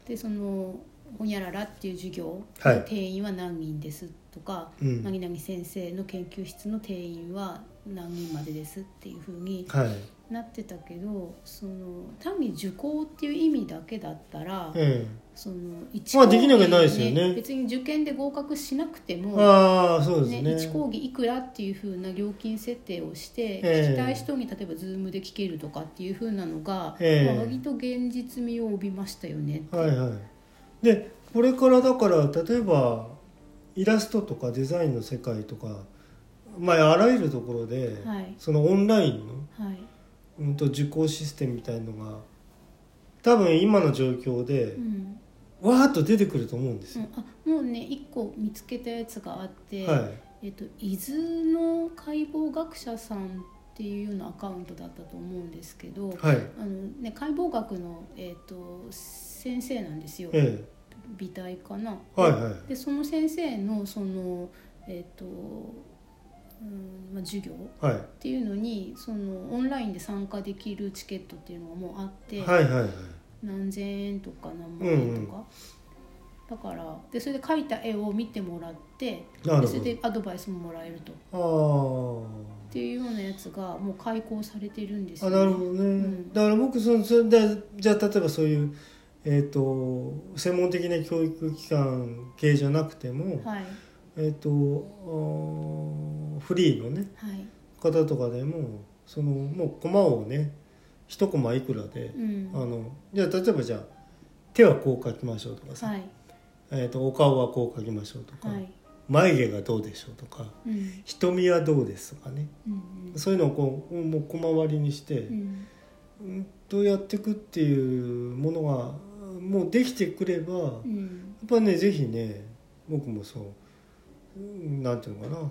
[SPEAKER 2] でそのほにゃららっていう授業、
[SPEAKER 1] はい
[SPEAKER 2] 定員は何人ですとか、
[SPEAKER 1] うん
[SPEAKER 2] 何々先生の研究室の定員は何人までですっていうふうに
[SPEAKER 1] はい、
[SPEAKER 2] なってたけどその単に受講っていう意味だけだったら。
[SPEAKER 1] え
[SPEAKER 2] その一
[SPEAKER 1] まあできなきゃないですよね
[SPEAKER 2] 講義別に受験で合格しなくて
[SPEAKER 1] え、
[SPEAKER 2] も、
[SPEAKER 1] ああそうです
[SPEAKER 2] ね
[SPEAKER 1] ね。
[SPEAKER 2] 1講義いくらっていうふうな料金設定をして、
[SPEAKER 1] ええ
[SPEAKER 2] 聞きたい人に例えば Zoom で聞けるとかっていうふうなのが、
[SPEAKER 1] ええ
[SPEAKER 2] まあ、割と現実味を帯びましたよね。
[SPEAKER 1] はいはい。でこれからだから例えばイラストとかデザインの世界とか、まああらゆるところで、
[SPEAKER 2] はい
[SPEAKER 1] そのオンラインの
[SPEAKER 2] はい
[SPEAKER 1] うんと受講システムみたいのが多分今の状況で
[SPEAKER 2] う、ん
[SPEAKER 1] わーっと出てくると思うんです
[SPEAKER 2] う
[SPEAKER 1] よ。
[SPEAKER 2] ん、あもうね1個見つけたやつがあって、
[SPEAKER 1] はい。
[SPEAKER 2] えっと、伊豆の解剖学者さんっていうようなアカウントだったと思うんですけど、
[SPEAKER 1] はい。
[SPEAKER 2] あのね、解剖学の、えっと先生なんですよ。
[SPEAKER 1] え
[SPEAKER 2] 美大かな、
[SPEAKER 1] え。はいはい。
[SPEAKER 2] でその先生のそのえっ、と、うんまあ、授業っ
[SPEAKER 1] はい。
[SPEAKER 2] ていうのにそのオンラインで参加できるチケットっていうのがもうあって、
[SPEAKER 1] はいはいはい。
[SPEAKER 2] 何千円とか何万円とか、だからでそれで描いた絵を見てもらって
[SPEAKER 1] な
[SPEAKER 2] で
[SPEAKER 1] る
[SPEAKER 2] それ
[SPEAKER 1] ほ
[SPEAKER 2] でアドバイスももらえるとっ
[SPEAKER 1] ど。ああ。
[SPEAKER 2] ていうようなやつがもう開講されてるんです
[SPEAKER 1] あ
[SPEAKER 2] よ、
[SPEAKER 1] なるほどね、
[SPEAKER 2] うん
[SPEAKER 1] だから僕そのそれでじゃあ例えばそういう、えー、と専門的な教育機関系じゃなくても、
[SPEAKER 2] はい
[SPEAKER 1] えー、とあーフリーのね
[SPEAKER 2] はい、
[SPEAKER 1] 方とかでもそのもうコマをね一コマいくらで
[SPEAKER 2] う、ん、
[SPEAKER 1] あのじゃあ例えばじゃあ手はこう描きましょうとかさ、
[SPEAKER 2] はい
[SPEAKER 1] えー、とお顔はこう描きましょうとか、
[SPEAKER 2] はい、
[SPEAKER 1] 眉毛がどうでしょうとか
[SPEAKER 2] うん
[SPEAKER 1] 瞳はどうですとかね
[SPEAKER 2] うん
[SPEAKER 1] そういうのをこうもうコマ割りにして。
[SPEAKER 2] うんうん
[SPEAKER 1] うんとやっていくっていうものがもうできてくればやっ
[SPEAKER 2] うん
[SPEAKER 1] ぱねぜひね僕もそううんなんていうのかな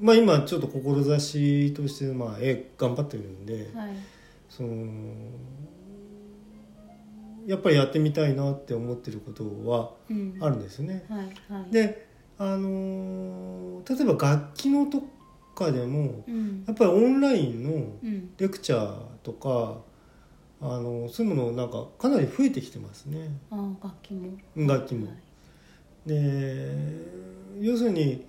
[SPEAKER 1] まあ今ちょっと志としてまあ絵頑張ってるんで
[SPEAKER 2] はい
[SPEAKER 1] そのやっぱりやってみたいなって思ってることは
[SPEAKER 2] うん
[SPEAKER 1] あるんですね。
[SPEAKER 2] はいはい。
[SPEAKER 1] であのー例えば楽器のとかでも
[SPEAKER 2] うん
[SPEAKER 1] やっぱりオンラインの
[SPEAKER 2] うん
[SPEAKER 1] レクチャーとかあのそういうものなんかかなり増えてきてますね
[SPEAKER 2] ああ楽器も。
[SPEAKER 1] 楽器も
[SPEAKER 2] は。
[SPEAKER 1] で要するに、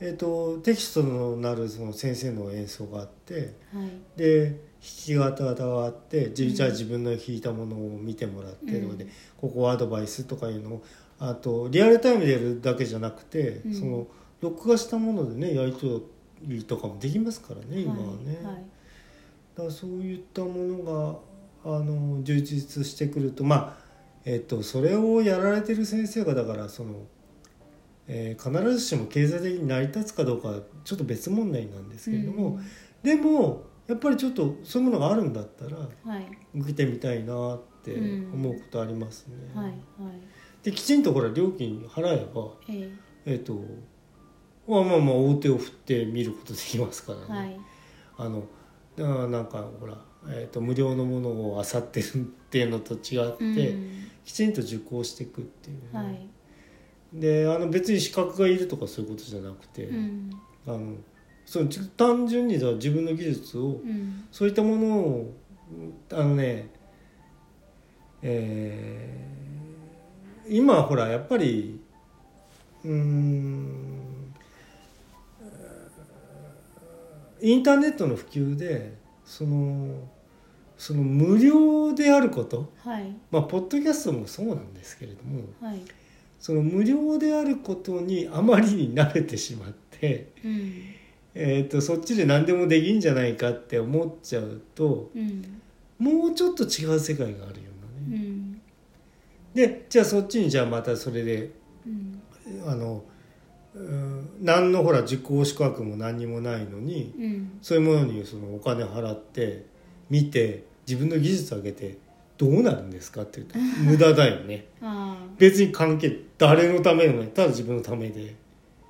[SPEAKER 1] えっとテキストのなるその先生の演奏があって
[SPEAKER 2] いはい。
[SPEAKER 1] で弾き語があってじ
[SPEAKER 2] うん
[SPEAKER 1] じゃあ自分の弾いたものを見てもらってとかで、
[SPEAKER 2] うん
[SPEAKER 1] ここはアドバイスとかいうのをあとリアルタイムでやるだけじゃなくて、
[SPEAKER 2] うん
[SPEAKER 1] その録画したものでねやり取りとかもできますからね今はね。
[SPEAKER 2] はいはい
[SPEAKER 1] だからそういったものがあの充実してくるとまあえっとそれをやられてる先生がだからその、えー必ずしも経済的に成り立つかどうかはちょっと別問題なんですけれども、でもやっぱりちょっとそういうものがあるんだったら
[SPEAKER 2] うんはい
[SPEAKER 1] 受けてみたいなって
[SPEAKER 2] うん
[SPEAKER 1] 思うことありますね。
[SPEAKER 2] はいはい。
[SPEAKER 1] できちんとこれ料金払えば
[SPEAKER 2] え
[SPEAKER 1] えっ、とまあまあまあ大手を振って見ることできますからね。
[SPEAKER 2] えはい
[SPEAKER 1] あのあーなんかほら、えー、と無料のものを漁ってるっていうのと違って、
[SPEAKER 2] うん
[SPEAKER 1] きちんと受講していくっていうね、
[SPEAKER 2] はい
[SPEAKER 1] であの別に資格がいるとかそういうことじゃなくて、
[SPEAKER 2] うん
[SPEAKER 1] あのそうち単純にだから自分の技術を、
[SPEAKER 2] うん
[SPEAKER 1] そういったものをあのねえー今ほらやっぱりうーんインターネットの普及でそのその無料であること
[SPEAKER 2] はい
[SPEAKER 1] まあポッドキャストもそうなんですけれども
[SPEAKER 2] はい
[SPEAKER 1] その無料であることにあまりに慣れてしまって、
[SPEAKER 2] うん
[SPEAKER 1] えー、とそっちで何でもできんじゃないかって思っちゃうと
[SPEAKER 2] うん
[SPEAKER 1] もうちょっと違う世界があるような
[SPEAKER 2] う
[SPEAKER 1] ね、
[SPEAKER 2] ん
[SPEAKER 1] でじゃあそっちにじゃあまたそれで
[SPEAKER 2] うん
[SPEAKER 1] あのうん何のほら受講資格も何にもないのに
[SPEAKER 2] うん
[SPEAKER 1] そういうものにそのお金払って見て自分の技術上げてどうなるんですかって言う と無駄だよね
[SPEAKER 2] ああ
[SPEAKER 1] 別に関係誰のためでもないただ自分のためで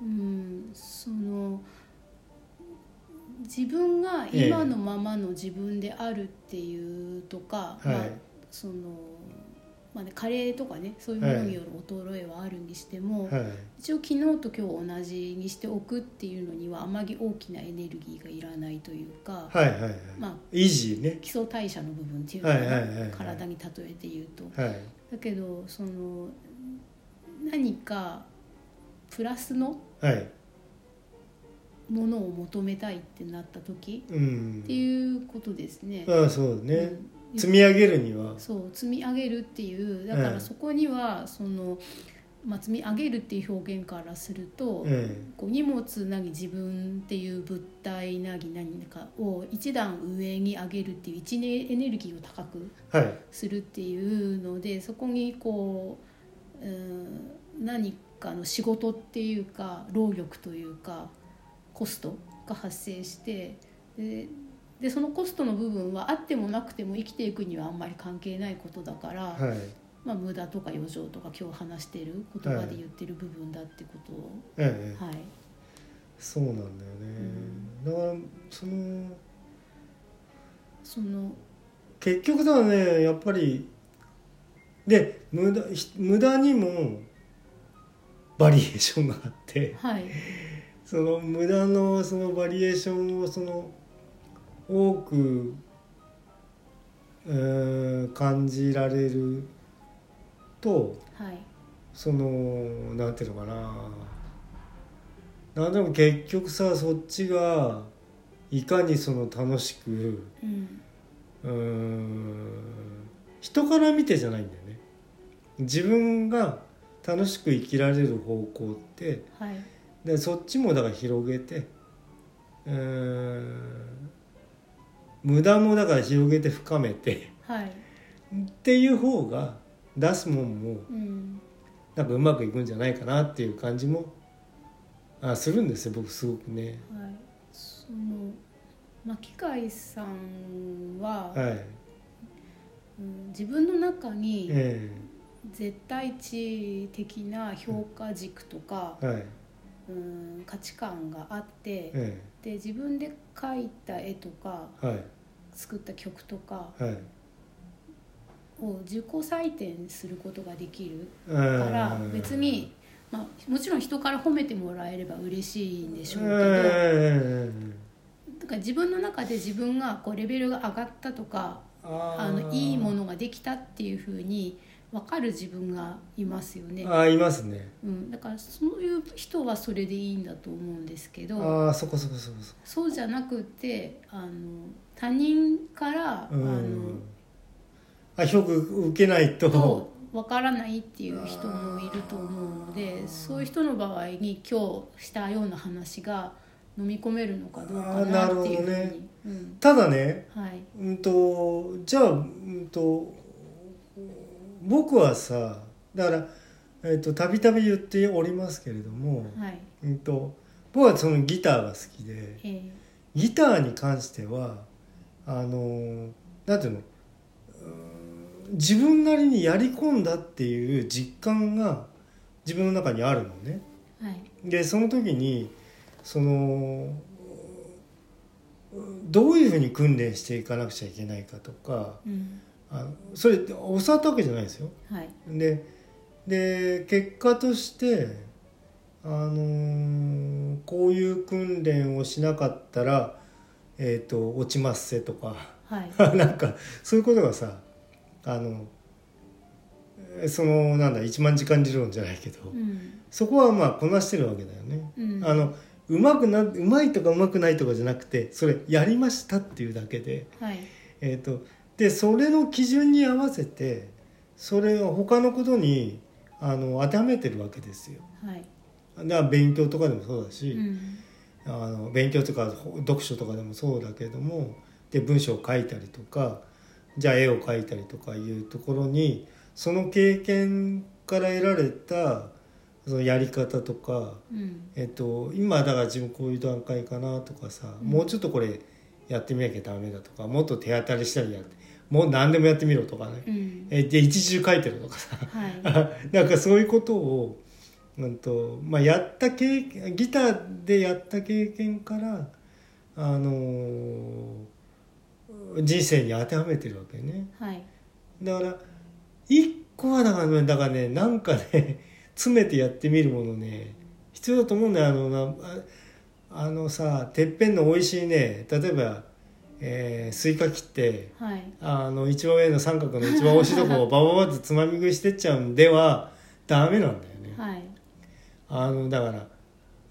[SPEAKER 2] うんその自分が今のままの自分であるっていうとか、
[SPEAKER 1] はい
[SPEAKER 2] まあ、その、まあね、加齢とかねそういうものによる衰えはあるにしても、
[SPEAKER 1] はい
[SPEAKER 2] 一応昨日と今日同じにしておくっていうのにはあまり大きなエネルギーがいらないというか、
[SPEAKER 1] はいはいはい
[SPEAKER 2] まあ、
[SPEAKER 1] 維持ね
[SPEAKER 2] 基礎代謝の部分っていうのかな、
[SPEAKER 1] はいはいはいはい
[SPEAKER 2] 体に例えて言うと。
[SPEAKER 1] はい
[SPEAKER 2] だけどその何かプラスの
[SPEAKER 1] はい
[SPEAKER 2] ものを求めたいってなった時
[SPEAKER 1] う
[SPEAKER 2] って
[SPEAKER 1] ん
[SPEAKER 2] いうことですね。
[SPEAKER 1] ああそう
[SPEAKER 2] う
[SPEAKER 1] ね
[SPEAKER 2] ん
[SPEAKER 1] 積み上げるには
[SPEAKER 2] そう積み上げるっていうだか
[SPEAKER 1] う
[SPEAKER 2] ら
[SPEAKER 1] ん
[SPEAKER 2] そこにはその、まあ、積み上げるっていう表現からすると、
[SPEAKER 1] うん
[SPEAKER 2] こう荷物なり自分っていう物体なり何かを一段上に上げるっていう一年エネルギーを高く
[SPEAKER 1] はい
[SPEAKER 2] するっていうのでそこにこう、うん、何かの仕事っていうか労力というかコストが発生してででそのコストの部分はあってもなくても生きていくにはあんまり関係ないことだから、
[SPEAKER 1] はい
[SPEAKER 2] まあ、無駄とか余剰とか今日話してる言葉で言ってる部分だってことを、
[SPEAKER 1] ええ
[SPEAKER 2] はい
[SPEAKER 1] そうなんだよね、だからその
[SPEAKER 2] その
[SPEAKER 1] 結局だからねやっぱりで無駄ひ無駄にもバリエーションがあって
[SPEAKER 2] はい
[SPEAKER 1] その無駄のそのバリエーションをその多く、えー感じられると
[SPEAKER 2] はい
[SPEAKER 1] そのなんていうのかななんでも結局さそっちがいかにその楽しく
[SPEAKER 2] うん
[SPEAKER 1] うーん人から見てじゃないんだよね自分が楽しく生きられる方向って
[SPEAKER 2] はい
[SPEAKER 1] でそっちもだから広げてうーん無駄もだから広げて深めて
[SPEAKER 2] はい
[SPEAKER 1] っていう方が出すもんも
[SPEAKER 2] うん
[SPEAKER 1] なんかうまくいくんじゃないかなっていう感じもあするんですよ僕すごくね。
[SPEAKER 2] はいその巻貝さんは、
[SPEAKER 1] はい
[SPEAKER 2] うん自分の中に
[SPEAKER 1] え
[SPEAKER 2] 絶対値的な評価軸とか、
[SPEAKER 1] えはい
[SPEAKER 2] うん、価値観があって
[SPEAKER 1] え
[SPEAKER 2] で自分で描いた絵とか
[SPEAKER 1] えはい
[SPEAKER 2] 作った曲とか
[SPEAKER 1] はい
[SPEAKER 2] を自己採点することができる
[SPEAKER 1] うん
[SPEAKER 2] から別に、まあ、もちろん人から褒めてもらえれば嬉しいんでしょうけど、
[SPEAKER 1] うん
[SPEAKER 2] だから自分の中で自分がこうレベルが上がったとかあ
[SPEAKER 1] あ
[SPEAKER 2] のいいも
[SPEAKER 1] の
[SPEAKER 2] のができたっていうふうに分かる自分がいますよね、
[SPEAKER 1] あーいますね
[SPEAKER 2] うん、だからそういう人はそれでいいんだと思うんですけど
[SPEAKER 1] ああそこそこそこそこ
[SPEAKER 2] そうじゃなくてあの他人から、
[SPEAKER 1] う
[SPEAKER 2] あ
[SPEAKER 1] ん
[SPEAKER 2] の
[SPEAKER 1] あ評価受けないと
[SPEAKER 2] と分からないっていう人もいると思うの でそういう人の場合に今日したような話が飲み込めるのかどうかなっていうふう
[SPEAKER 1] あー
[SPEAKER 2] に、
[SPEAKER 1] なるほどね
[SPEAKER 2] うん、
[SPEAKER 1] ただね
[SPEAKER 2] はい
[SPEAKER 1] うんとじゃあうんと僕はさだからえっとたびたび言っておりますけれども、
[SPEAKER 2] はい
[SPEAKER 1] うんと僕はそのギターが好きで
[SPEAKER 2] えー
[SPEAKER 1] ギターに関してはあのなんていうのうん自分なりにやり込んだっていう実感が自分の中にあるのね。
[SPEAKER 2] はい
[SPEAKER 1] でその時にそのうんどういうふうに訓練していかなくちゃいけないかとか
[SPEAKER 2] うん
[SPEAKER 1] あのそれ教わったわけじゃないですよ。
[SPEAKER 2] はい
[SPEAKER 1] でで結果として、あのーこういう訓練をしなかったら、えー、と落ちますせとか
[SPEAKER 2] はい
[SPEAKER 1] なんかそういうことがさあのえーそのなんだ1万時間理論じゃないけど、
[SPEAKER 2] うん
[SPEAKER 1] そこはまあこなしてるわけだよね。
[SPEAKER 2] うん
[SPEAKER 1] あのうまくなうまいとかうまくないとかじゃなくてそれやりましたっていうだけで,、
[SPEAKER 2] はい
[SPEAKER 1] えー、とでそれの基準に合わせてそれを他のことにあの当てはめてるわけですよ。
[SPEAKER 2] はい
[SPEAKER 1] だから勉強とかでもそうだし、
[SPEAKER 2] うん
[SPEAKER 1] あの勉強とかほ読書とかでもそうだけどもで文章を書いたりとかじゃあ絵を描いたりとかいうところにその経験から得られたそのやり方とか
[SPEAKER 2] うん
[SPEAKER 1] えっと、今だから自分こういう段階かなとかさ、
[SPEAKER 2] うん
[SPEAKER 1] もうちょっとこれやってみなきゃダメだとかもっと手当たりしたりやってもう何でもやってみろとかね、
[SPEAKER 2] うん
[SPEAKER 1] えで一時中書いてるとかさ
[SPEAKER 2] はい
[SPEAKER 1] なんかそういうことを、うんとまあ、やった経験ギターでやった経験からあの人生に当てはめてるわけね
[SPEAKER 2] はい
[SPEAKER 1] だから一個はだからねだからねなんかね詰めてやってみるものね必要だと思うんだよあのなああのさてっぺんの美味しいね例えば、えースイカ切って
[SPEAKER 2] はい
[SPEAKER 1] あの一番上の三角の一番美味しいとこをバババッとつまみ食いしてっちゃうんではダメなんだよね。
[SPEAKER 2] はい
[SPEAKER 1] あのだから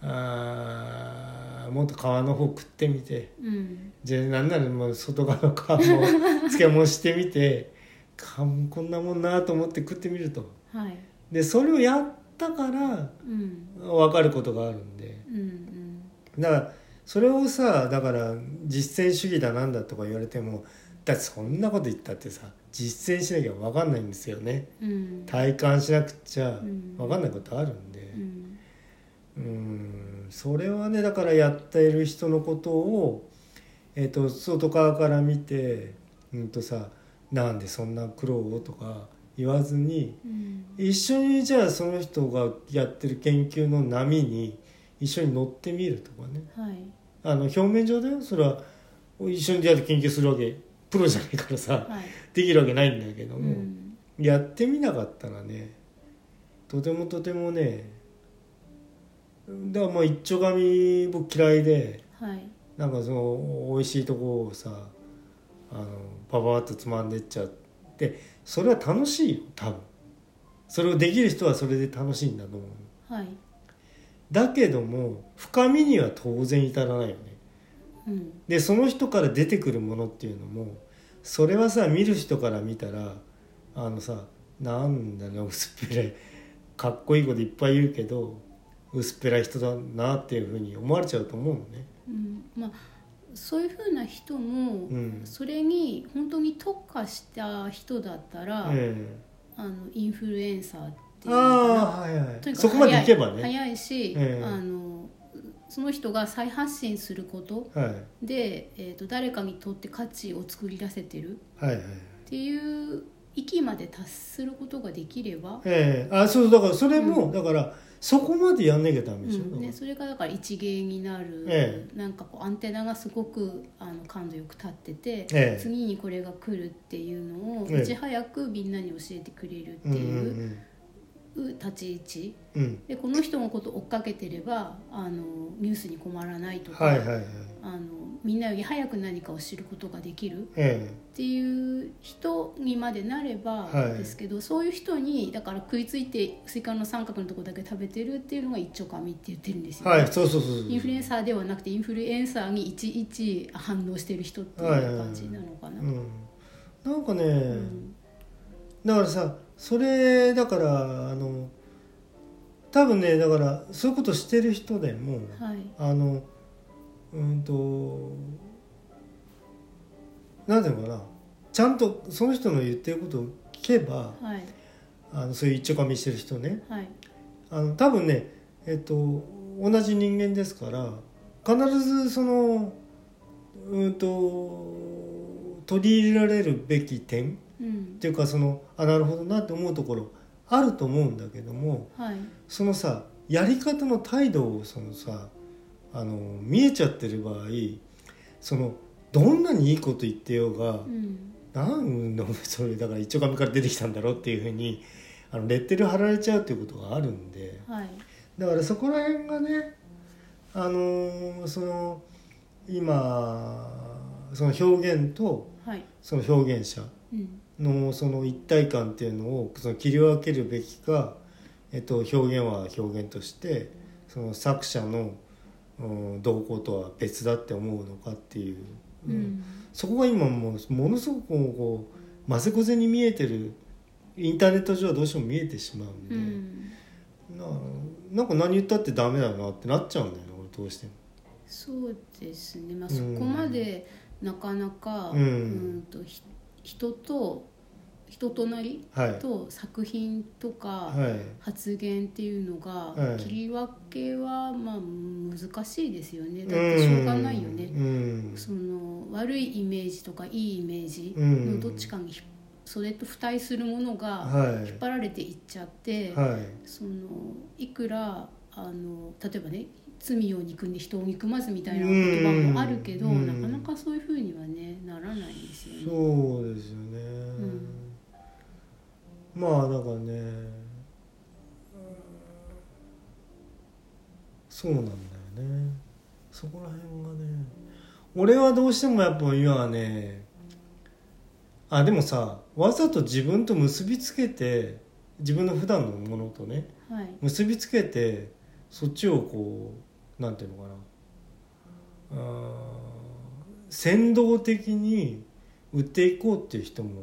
[SPEAKER 1] あーもっと皮の方食ってみて
[SPEAKER 2] うん
[SPEAKER 1] じゃあなんならもう外側の皮も漬物してみて かこんなもんなと思って食ってみると
[SPEAKER 2] はい
[SPEAKER 1] でそれをやったから
[SPEAKER 2] うん
[SPEAKER 1] 分かることがあるんで
[SPEAKER 2] うんうん
[SPEAKER 1] だからそれをさだから実践主義だなんだとか言われてもだってそんなこと言ったってさ実践しなきゃ分かんないんですよね
[SPEAKER 2] うん
[SPEAKER 1] 体感しなくっちゃ
[SPEAKER 2] うん
[SPEAKER 1] 分かんないことあるんで。
[SPEAKER 2] うん
[SPEAKER 1] うーんそれはねだからやっている人のことを、えー、と外側から見て、うん、とさなんでそんな苦労をとか言わずに
[SPEAKER 2] うん
[SPEAKER 1] 一緒にじゃあその人がやってる研究の波に一緒に乗ってみるとかね
[SPEAKER 2] はい
[SPEAKER 1] あの表面上だよそれは一緒に出会って研究するわけプロじゃないからさ
[SPEAKER 2] はい
[SPEAKER 1] できるわけないんだけど
[SPEAKER 2] う
[SPEAKER 1] も、
[SPEAKER 2] ん
[SPEAKER 1] やってみなかったらねとてもとてもねだからまあ一丁紙僕嫌いで
[SPEAKER 2] はい
[SPEAKER 1] なんかその美味しいとこをさあのパパッとつまんでっちゃってそれは楽しいよ多分それをできる人はそれで楽しいんだと思う
[SPEAKER 2] はい
[SPEAKER 1] だけども深みには当然至らないよね
[SPEAKER 2] うん
[SPEAKER 1] でその人から出てくるものっていうのもそれはさ見る人から見たらあのさなんだね薄っぺらいかっこいいこといっぱい言うけど薄っぺらい人だなっていうふうに思われちゃうと思うのね。
[SPEAKER 2] うんまあそういうふうな人も、
[SPEAKER 1] うん
[SPEAKER 2] それに本当に特化した人だったら、
[SPEAKER 1] え
[SPEAKER 2] あのインフルエンサーって
[SPEAKER 1] え
[SPEAKER 2] いうのかな
[SPEAKER 1] ああはいはい
[SPEAKER 2] とにか
[SPEAKER 1] そ
[SPEAKER 2] く
[SPEAKER 1] こまでいけば
[SPEAKER 2] 早い
[SPEAKER 1] ね。
[SPEAKER 2] 早いし、
[SPEAKER 1] ええ
[SPEAKER 2] あのその人が再発信すること
[SPEAKER 1] はい
[SPEAKER 2] で、えー、と誰かにとって価値を作り出せてる
[SPEAKER 1] はいはい。
[SPEAKER 2] っていう域まで達することができれば、
[SPEAKER 1] ええあそうだからそれも、だからそこまでやんなきゃダ
[SPEAKER 2] う
[SPEAKER 1] メでしょ。
[SPEAKER 2] んね、それがだから一芸になる、
[SPEAKER 1] え
[SPEAKER 2] なんかこうアンテナがすごくあの感度よく立ってて、
[SPEAKER 1] ええ
[SPEAKER 2] 次にこれが来るっていうのを
[SPEAKER 1] ええ
[SPEAKER 2] いち早くみんなに教えてくれるって
[SPEAKER 1] うんう
[SPEAKER 2] いうん立ち位置
[SPEAKER 1] うんうん
[SPEAKER 2] でこの人のことを追っかけてればあのニュースに困らないとか。
[SPEAKER 1] はいはいはい。
[SPEAKER 2] あのみんなより早く何かを知ることができるっ
[SPEAKER 1] え
[SPEAKER 2] ていう人にまでなれば
[SPEAKER 1] はい
[SPEAKER 2] ですけど、そういう人にだから食いついてスイカの三角のところだけ食べてるっていうのが一丁紙って言ってるんです
[SPEAKER 1] え
[SPEAKER 2] よ、
[SPEAKER 1] はいそうそうそうそう。
[SPEAKER 2] インフルエンサーではなくてインフルエンサーにいちいち反応してる人っていう感じなのかな。
[SPEAKER 1] うん、なんかね、
[SPEAKER 2] うん
[SPEAKER 1] だからさそれだからあの多分ねだからそういうことしてる人でも
[SPEAKER 2] はい
[SPEAKER 1] あのうんとなんていうのかなちゃんとその人の言ってることを聞けば
[SPEAKER 2] はい
[SPEAKER 1] あのそういう一丁紙してる人ね
[SPEAKER 2] はい
[SPEAKER 1] あの多分ねえっと同じ人間ですから必ずそのうんと取り入れられるべき点
[SPEAKER 2] う
[SPEAKER 1] っ
[SPEAKER 2] ん
[SPEAKER 1] ていうかそのあなるほどなって思うところあると思うんだけども
[SPEAKER 2] はい
[SPEAKER 1] そのさやり方の態度をそのさあの見えちゃってる場合そのどんなにいいこと言ってようが
[SPEAKER 2] うん
[SPEAKER 1] なんだお前それだから一丁紙から出てきたんだろうっていうふうにあのレッテル貼られちゃうっていうことがあるんで
[SPEAKER 2] はい
[SPEAKER 1] だからそこら辺がねあのその今その表現と
[SPEAKER 2] はい
[SPEAKER 1] その表現者
[SPEAKER 2] うん
[SPEAKER 1] のその一体感っていうのをその切り分けるべきか、えっと、表現は表現としてその作者の、うん、動向とは別だって思うのかっていう、
[SPEAKER 2] うん、
[SPEAKER 1] そこが今もうものすごくこうまぜこぜに見えてるインターネット上はどうしても見えてしまうん
[SPEAKER 2] う
[SPEAKER 1] で、
[SPEAKER 2] ん
[SPEAKER 1] ななんか何言ったってダメだなってなっちゃうんだよね俺どうしても。
[SPEAKER 2] そうですね、まあ、
[SPEAKER 1] うん
[SPEAKER 2] そこまでなかなか、
[SPEAKER 1] うん
[SPEAKER 2] とひ人と人となり
[SPEAKER 1] はい、
[SPEAKER 2] と作品とか
[SPEAKER 1] はい
[SPEAKER 2] 発言っていうの
[SPEAKER 1] は
[SPEAKER 2] が
[SPEAKER 1] い
[SPEAKER 2] 切り分けはまあ難しいですよね
[SPEAKER 1] う
[SPEAKER 2] だってしょうがないよね
[SPEAKER 1] ん、うん
[SPEAKER 2] その悪いイメージとかいいイメージ
[SPEAKER 1] うん
[SPEAKER 2] のどっちかにひそれと付帯するものが
[SPEAKER 1] はい
[SPEAKER 2] 引っ張られていっちゃって、
[SPEAKER 1] はい
[SPEAKER 2] そのいくらあの例えばね罪を憎んで人を憎まずみたいな言葉もあるけど、
[SPEAKER 1] うん
[SPEAKER 2] なかなかそういうふうにはねならないんですよね。
[SPEAKER 1] そうですよね、まあなんかねそうなんだよねそこら辺がね俺はどうしてもやっぱ今はねあでもさわざと自分と結びつけて自分の普段のものとね
[SPEAKER 2] はい、
[SPEAKER 1] 結びつけてそっちをこうなんていうのかなあー先導的に売っていこうっていう人も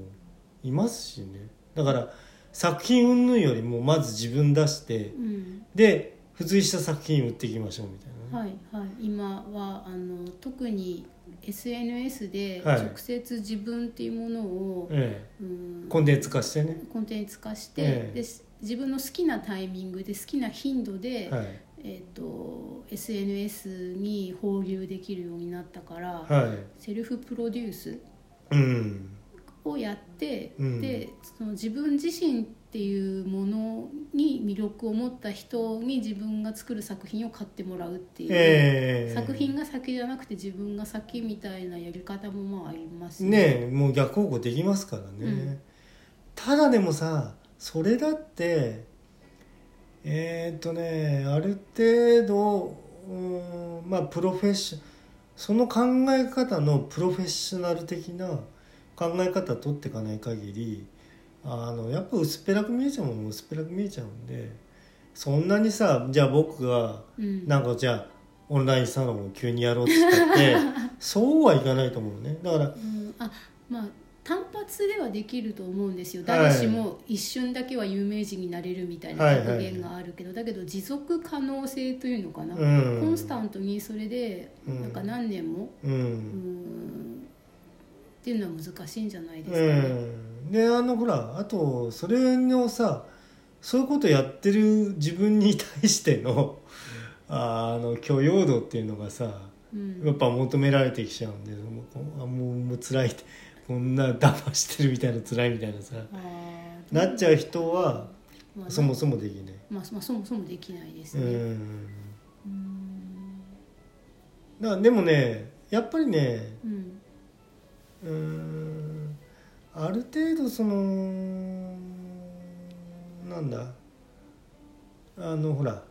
[SPEAKER 1] いますしねだから作品云々よりもまず自分出して
[SPEAKER 2] うん
[SPEAKER 1] で付随した作品売っていきましょうみたいなね、
[SPEAKER 2] はいはい、今はあの特に SNS で
[SPEAKER 1] はい
[SPEAKER 2] 直接自分っていうものを、
[SPEAKER 1] え
[SPEAKER 2] うん
[SPEAKER 1] え、コンテンツ化してね、
[SPEAKER 2] コンテンツ化して、
[SPEAKER 1] ええ
[SPEAKER 2] で自分の好きなタイミングで好きな頻度で、
[SPEAKER 1] はい
[SPEAKER 2] えー、と SNS に放流できるようになったから、
[SPEAKER 1] は
[SPEAKER 2] セルフプロデュース
[SPEAKER 1] い、うん
[SPEAKER 2] をやって、
[SPEAKER 1] うん
[SPEAKER 2] でその自分自身っていうものに魅力を持った人に自分が作る作品を買ってもらうっていう、
[SPEAKER 1] ええ
[SPEAKER 2] 作品が先じゃなくて自分が先みたいなやり方もまああります
[SPEAKER 1] ねえもう逆方向できますからね、
[SPEAKER 2] うん
[SPEAKER 1] ただでもさそれだってえーっとねある程度うーんまあプロフェッショその考え方のプロフェッショナル的な考え方取っていかない限りあのやっぱ薄っぺらく見えちゃうもの薄っぺらく見えちゃうんでそんなにさじゃあ僕が
[SPEAKER 2] うん、
[SPEAKER 1] なんかじゃあオンラインサロンを急にやろうって言ったって そうはいかないと思うねだから
[SPEAKER 2] うんあまあ単発ではできると思うんですよ
[SPEAKER 1] はい
[SPEAKER 2] 誰しも一瞬だけは有名人になれるみたいな
[SPEAKER 1] はいはい
[SPEAKER 2] 格言があるけど、だけど持続可能性というのかな、
[SPEAKER 1] うん
[SPEAKER 2] コンスタントにそれで
[SPEAKER 1] うん
[SPEAKER 2] なんか何年も、
[SPEAKER 1] う、
[SPEAKER 2] うんんっていうのは難しいんじゃないで
[SPEAKER 1] う
[SPEAKER 2] すかね。
[SPEAKER 1] ん、であのほらあとそれのさそういうことやってる自分に対しての あの許容度っていうのがさ
[SPEAKER 2] うん
[SPEAKER 1] やっぱ求められてきちゃうんでもうあもうもう辛いってこんな騙してるみたいな辛いみたいなさ
[SPEAKER 2] あー
[SPEAKER 1] なっちゃう人は
[SPEAKER 2] まあ
[SPEAKER 1] そもそもできない。
[SPEAKER 2] まあまあそもそもできないです
[SPEAKER 1] う
[SPEAKER 2] ね。
[SPEAKER 1] ん
[SPEAKER 2] うん
[SPEAKER 1] だからでもねやっぱりね
[SPEAKER 2] う
[SPEAKER 1] うー
[SPEAKER 2] ん
[SPEAKER 1] んある程度そのなんだあのほら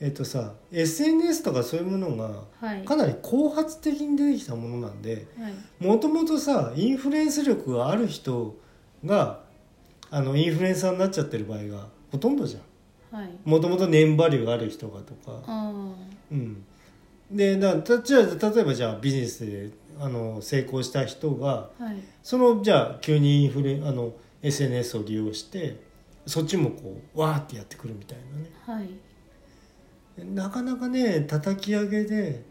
[SPEAKER 1] えっとさ SNS とかそういうものが
[SPEAKER 2] はい、
[SPEAKER 1] かなり後発的に出てきたものなんで
[SPEAKER 2] はい
[SPEAKER 1] もともとさインフルエンス力がある人があのインフルエンサーになっちゃってる場合がほとんどじゃん
[SPEAKER 2] はい、
[SPEAKER 1] もともと年バリューがある人がとか
[SPEAKER 2] あ
[SPEAKER 1] うん、でだからたじゃあ例えばじゃあビジネスであの成功した人が
[SPEAKER 2] あはい
[SPEAKER 1] そのじゃあ急にインフルあの SNS を利用してそっちもこうわーってやってくるみたいなね
[SPEAKER 2] はい、
[SPEAKER 1] なかなかね叩き上げで、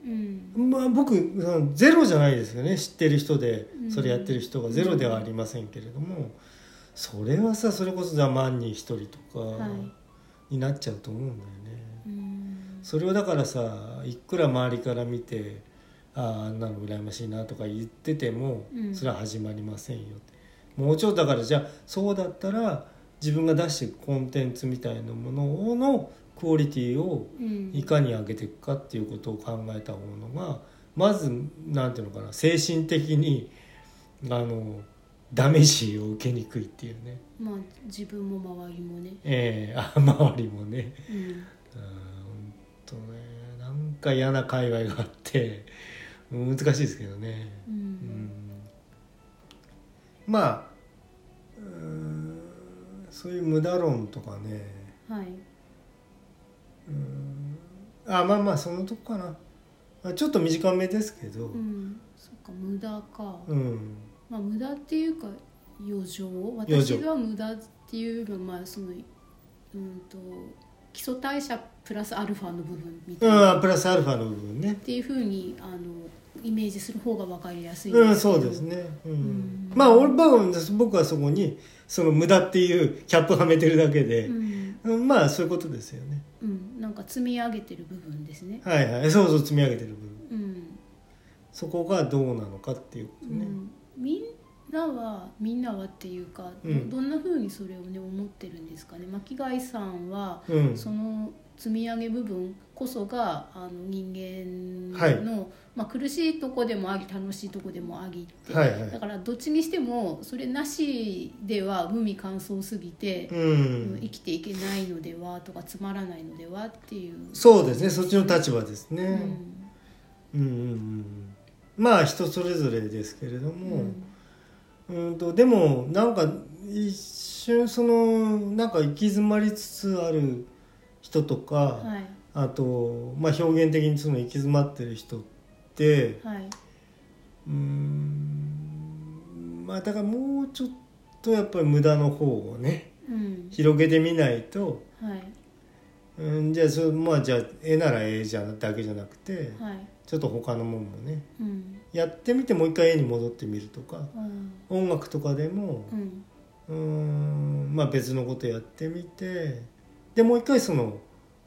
[SPEAKER 2] うん、
[SPEAKER 1] まあ、僕そのゼロじゃないですよね知ってる人で
[SPEAKER 2] うん
[SPEAKER 1] それやってる人がゼロではありませんけれども、それはさそれこそじゃあ万人一人とか
[SPEAKER 2] はい
[SPEAKER 1] になっちゃうと思うんだよね。
[SPEAKER 2] うん
[SPEAKER 1] それをだからさいくら周りから見てあああんなの羨ましいなとか言ってても、
[SPEAKER 2] うん
[SPEAKER 1] それは始まりませんよってもうちょっとだからじゃあそうだったら自分が出していくコンテンツみたいなもののクオリティを
[SPEAKER 2] うん
[SPEAKER 1] いかに上げていくかっていうことを考えたものがまずなんていうのかな精神的にあのダメージを受けにくいっていうね、
[SPEAKER 2] まあ自分も周りもね、
[SPEAKER 1] ええあ周りもね。
[SPEAKER 2] うん、
[SPEAKER 1] うーんとねなんか嫌な界隈があってうん難しいですけどね
[SPEAKER 2] う、
[SPEAKER 1] うんんまあうーんそういう無駄論とかね
[SPEAKER 2] はい、
[SPEAKER 1] うんあまあまあそのとこかなあちょっと短めですけど
[SPEAKER 2] うん、そっか無駄か、
[SPEAKER 1] うん
[SPEAKER 2] まあ無駄っていうか余剰
[SPEAKER 1] 余剰
[SPEAKER 2] 私は無駄っていうのはまあそのうんと基礎代謝プラスアルファの部分みたいな、っ
[SPEAKER 1] うんプラスアルファの部分ね
[SPEAKER 2] ていうふうにあのイメージする方がわかりやすい
[SPEAKER 1] うん
[SPEAKER 2] けど
[SPEAKER 1] そうですね、うん
[SPEAKER 2] うん
[SPEAKER 1] まあ俺僕は僕はそこにその無駄っていうキャップはめてるだけで
[SPEAKER 2] う、ん、
[SPEAKER 1] うんまあそういうことですよね
[SPEAKER 2] うん、なんか積み上げてる部分ですね、
[SPEAKER 1] はいはいそうそう積み上げてる部分
[SPEAKER 2] うん
[SPEAKER 1] そこがどうなのかっていうこと
[SPEAKER 2] う
[SPEAKER 1] ね、
[SPEAKER 2] ん、みんななはみんなはっていうか、ど
[SPEAKER 1] うん
[SPEAKER 2] どんなふうにそれをね思ってるんですかね巻貝さんは
[SPEAKER 1] うん
[SPEAKER 2] その積み上げ部分こそがあの人
[SPEAKER 1] はい
[SPEAKER 2] 間の、まあ、苦しいとこでもあぎ楽しいとこでもあぎって、
[SPEAKER 1] はいはい
[SPEAKER 2] だからどっちにしてもそれなしでは無味乾燥すぎて、
[SPEAKER 1] う
[SPEAKER 2] 生
[SPEAKER 1] ん、
[SPEAKER 2] きていけないのではとかつまらないのではっていう。
[SPEAKER 1] そうですねそっちの立場です
[SPEAKER 2] う
[SPEAKER 1] ね、
[SPEAKER 2] ん
[SPEAKER 1] うんうんうん、まあ人それぞれですけれども、うんとでもなんか一瞬そのなんか行き詰まりつつある人とか、
[SPEAKER 2] うんはい
[SPEAKER 1] あと、まあ、表現的にその行き詰まってる人って
[SPEAKER 2] はい、
[SPEAKER 1] うーんまあだからもうちょっとやっぱり無駄の方をね
[SPEAKER 2] うん
[SPEAKER 1] 広げてみないと、
[SPEAKER 2] はい
[SPEAKER 1] うん、じゃあそれまあじゃあ絵なら絵じゃだけじゃなくて
[SPEAKER 2] はい
[SPEAKER 1] ちょっと他のもんもね
[SPEAKER 2] うん
[SPEAKER 1] やってみてもう一回絵に戻ってみるとか
[SPEAKER 2] うん
[SPEAKER 1] 音楽とかでも
[SPEAKER 2] うん
[SPEAKER 1] うーんまあ別のことやってみてでもう一回その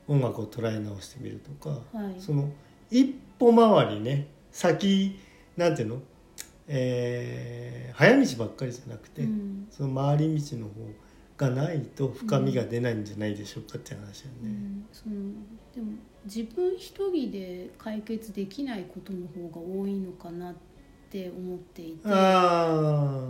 [SPEAKER 1] 音楽を捉え直してみるとか、
[SPEAKER 2] はい
[SPEAKER 1] その一歩回りね先なんていうの、えー早道ばっかりじゃなくて、
[SPEAKER 2] うん
[SPEAKER 1] その回り道の方がないと深みが出ないんじゃないでしょうかって話だよ
[SPEAKER 2] う
[SPEAKER 1] ね。
[SPEAKER 2] んそのでも自分一人で解決できないことの方が多いのかなって思っていて、ま
[SPEAKER 1] あ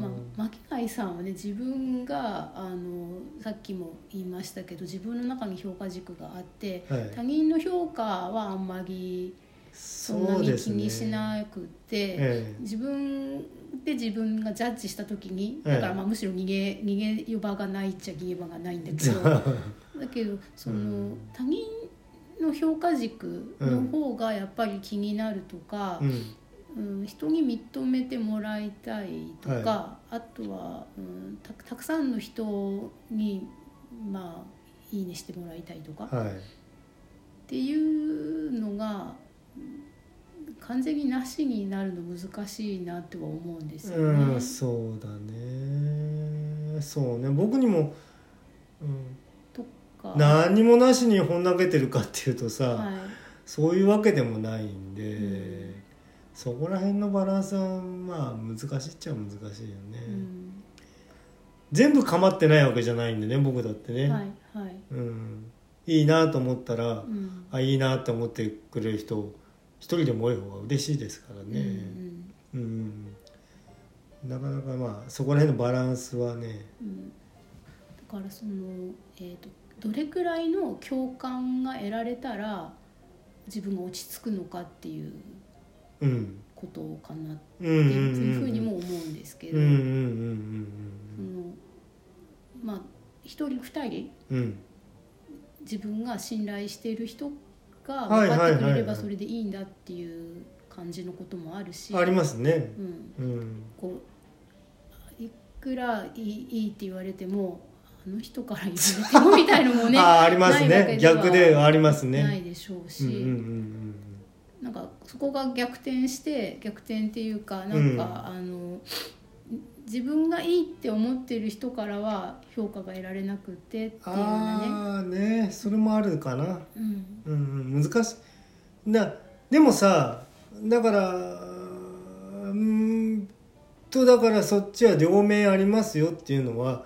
[SPEAKER 2] あ、巻貝さんはね自分があのさっきも言いましたけど自分の中に評価軸があって
[SPEAKER 1] あ、はい
[SPEAKER 2] 他人の評価はあんまりそんな
[SPEAKER 1] そう
[SPEAKER 2] に
[SPEAKER 1] です
[SPEAKER 2] 気
[SPEAKER 1] ね。
[SPEAKER 2] にしなくて、
[SPEAKER 1] ええ
[SPEAKER 2] 自分で自分がジャッジした時に
[SPEAKER 1] ええ
[SPEAKER 2] だからまあむしろ逃げ逃げ呼ばがないっちゃ逃げ場がないんだけどだ けどその、
[SPEAKER 1] うん
[SPEAKER 2] 他人の評価軸の方がやっぱり気になるとか
[SPEAKER 1] う、ん
[SPEAKER 2] うん人に認めてもらいたいとか、
[SPEAKER 1] は
[SPEAKER 2] あとは、うん、たたくさんの人にまあいいねしてもらいたいとか、
[SPEAKER 1] はい
[SPEAKER 2] っていうのがうん完全になしになるの難しいなとは思うんですよね。
[SPEAKER 1] うん、そうだねそうね僕にも、うん、
[SPEAKER 2] とか
[SPEAKER 1] 何にもなしに本投げてるかっていうとさ、
[SPEAKER 2] は
[SPEAKER 1] そういうわけでもないんで、
[SPEAKER 2] うん
[SPEAKER 1] そこら辺のバランスはまあ難しいっちゃ難しいよね、
[SPEAKER 2] い、うん、
[SPEAKER 1] 全部構ってないわけじゃないんでね僕だってね、
[SPEAKER 2] はいはい、
[SPEAKER 1] うん、いいなと思ったら、
[SPEAKER 2] うん、
[SPEAKER 1] あいいなと思ってくれる人一人でも多い方が嬉しいですから
[SPEAKER 2] うんう
[SPEAKER 1] ね。
[SPEAKER 2] ん
[SPEAKER 1] うんなかなかまあそこら辺のバランスはね
[SPEAKER 2] うん、だからそのえっ、とどれくらいの共感が得られたら自分が落ち着くのかっていう
[SPEAKER 1] うん
[SPEAKER 2] ことかなって
[SPEAKER 1] うんうん
[SPEAKER 2] いう
[SPEAKER 1] うん
[SPEAKER 2] ふうにも思うんですけ
[SPEAKER 1] う
[SPEAKER 2] ど、
[SPEAKER 1] んうん
[SPEAKER 2] そのまあ一人二人
[SPEAKER 1] うんうんうん
[SPEAKER 2] 自分が信頼している人が
[SPEAKER 1] はい
[SPEAKER 2] 分
[SPEAKER 1] はいは
[SPEAKER 2] か
[SPEAKER 1] い
[SPEAKER 2] っ
[SPEAKER 1] はい
[SPEAKER 2] てくれればそれでいいんだっていう感じのこともあるし、
[SPEAKER 1] うんありますね
[SPEAKER 2] うん、
[SPEAKER 1] うん
[SPEAKER 2] こういくらいいいいって言われてもあの人から言われてもみたいのもね
[SPEAKER 1] あーあります
[SPEAKER 2] ないわけ
[SPEAKER 1] ね
[SPEAKER 2] では
[SPEAKER 1] 逆であります
[SPEAKER 2] な
[SPEAKER 1] ね
[SPEAKER 2] いでしょうし、
[SPEAKER 1] うんうんうんうん
[SPEAKER 2] なんかそこが逆転して逆転っていうかなんか、
[SPEAKER 1] うん
[SPEAKER 2] あの自分がいいって思ってる人からは評価が得られなくてっていうようなね。
[SPEAKER 1] ああねそれもあるかな
[SPEAKER 2] うん
[SPEAKER 1] うんうん難しいなでもさだからうーんとだからそっちは両面ありますよっていうのは
[SPEAKER 2] はい、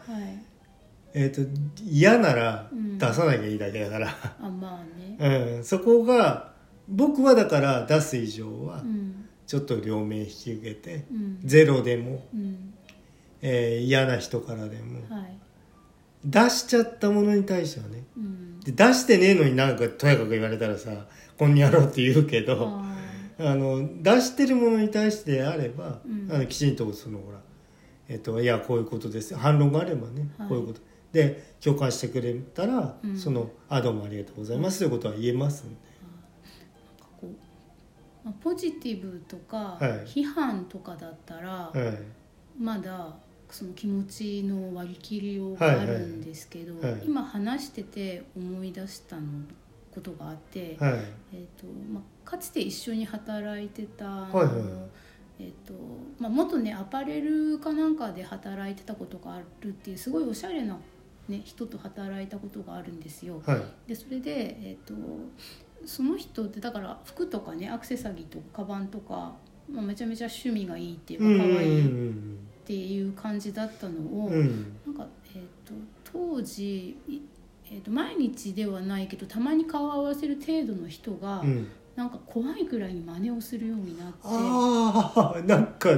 [SPEAKER 1] えー、と嫌なら
[SPEAKER 2] うん
[SPEAKER 1] 出さなきゃいいだけだから、
[SPEAKER 2] あまあね、
[SPEAKER 1] うんそこが僕はだから出す以上は
[SPEAKER 2] うん
[SPEAKER 1] ちょっと両面引き受けて、
[SPEAKER 2] うん、
[SPEAKER 1] ゼロでも、
[SPEAKER 2] うん
[SPEAKER 1] えー嫌な人からでも、
[SPEAKER 2] はい
[SPEAKER 1] 出しちゃったものに対してはね
[SPEAKER 2] うん
[SPEAKER 1] で出してねえのになんかとやかく言われたらさ「こんにゃろ」って言うけど、
[SPEAKER 2] あ
[SPEAKER 1] あの出してるものに対してであれば、
[SPEAKER 2] うん
[SPEAKER 1] あのきちんとそのほら、えっといやこういうことです反論があればね、
[SPEAKER 2] はい
[SPEAKER 1] こういうことで共感してくれたら、
[SPEAKER 2] うん
[SPEAKER 1] その「あどうもありがとうございます」ということは言えますんで、
[SPEAKER 2] ーなんかこうまあポジティブとか
[SPEAKER 1] はい
[SPEAKER 2] 批判とかだったら
[SPEAKER 1] はい
[SPEAKER 2] まだその気持ちの割り切りをあるんですけど
[SPEAKER 1] はいはいはい
[SPEAKER 2] 今話してて思い出したのことがあって
[SPEAKER 1] はい
[SPEAKER 2] えーとまあかつて一緒に働いてたあ
[SPEAKER 1] はいはい
[SPEAKER 2] のえーとまあ元ねアパレルかなんかで働いてたことがあるっていうすごいおしゃれなね人と働いたことがあるんですよ。
[SPEAKER 1] はい
[SPEAKER 2] でそれで、えー、とその人ってだから服とかねアクセサリーとかカバンとか、まあ、めちゃめちゃ趣味がいいっていう
[SPEAKER 1] うん
[SPEAKER 2] か
[SPEAKER 1] うんう
[SPEAKER 2] 可
[SPEAKER 1] んう
[SPEAKER 2] 愛い
[SPEAKER 1] ん
[SPEAKER 2] っていう感じだったのを、
[SPEAKER 1] うん
[SPEAKER 2] なんか、えー、と当時、いえー、と毎日ではないけどたまに顔を合わせる程度の人が、
[SPEAKER 1] うん、
[SPEAKER 2] なんか怖いくらいに真似をするようになって、
[SPEAKER 1] ああなんか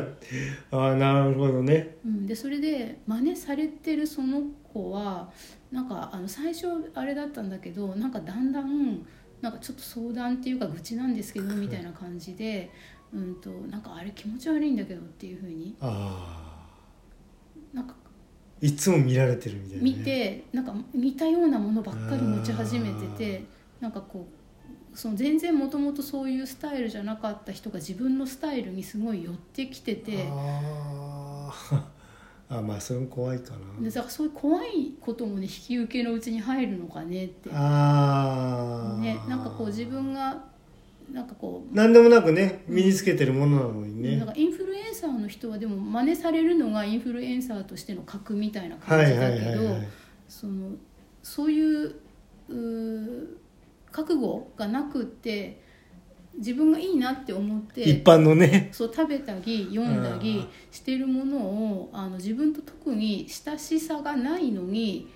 [SPEAKER 1] あーなるほどね
[SPEAKER 2] うん、でそれで真似されてるその子はなんかあの最初あれだったんだけどなんかだんだんなんかちょっと相談っていうか愚痴なんですけどみたいな感じで。うんとなんかあれ気持ち悪いんだけどっていうふうに
[SPEAKER 1] ああ
[SPEAKER 2] なんか
[SPEAKER 1] いつも見られてるみたいな、ね、
[SPEAKER 2] 見てなんか似たようなものばっかり持ち始めて
[SPEAKER 1] あー
[SPEAKER 2] てなんかこうその全然もともとそういうスタイルじゃなかった人が自分のスタイルにすごい寄ってきてて
[SPEAKER 1] あー あまあそれも怖いか
[SPEAKER 2] で
[SPEAKER 1] な
[SPEAKER 2] だからそういう怖いこともね引き受けのうちに入るのかねって、ね、
[SPEAKER 1] ああ
[SPEAKER 2] なんかこう自分がなんかこう
[SPEAKER 1] 何でもなくね身につけてるものなのにね
[SPEAKER 2] なんかインフルエンサーの人はでも真似されるのがインフルエンサーとしての格みたいな感じだけどそのそういううー覚悟がなくって自分がいいなって思っ
[SPEAKER 1] 一
[SPEAKER 2] て
[SPEAKER 1] 般のね
[SPEAKER 2] そう食べたり読んだ
[SPEAKER 1] うん
[SPEAKER 2] りしてるものをあの自分と特に親しさがないのに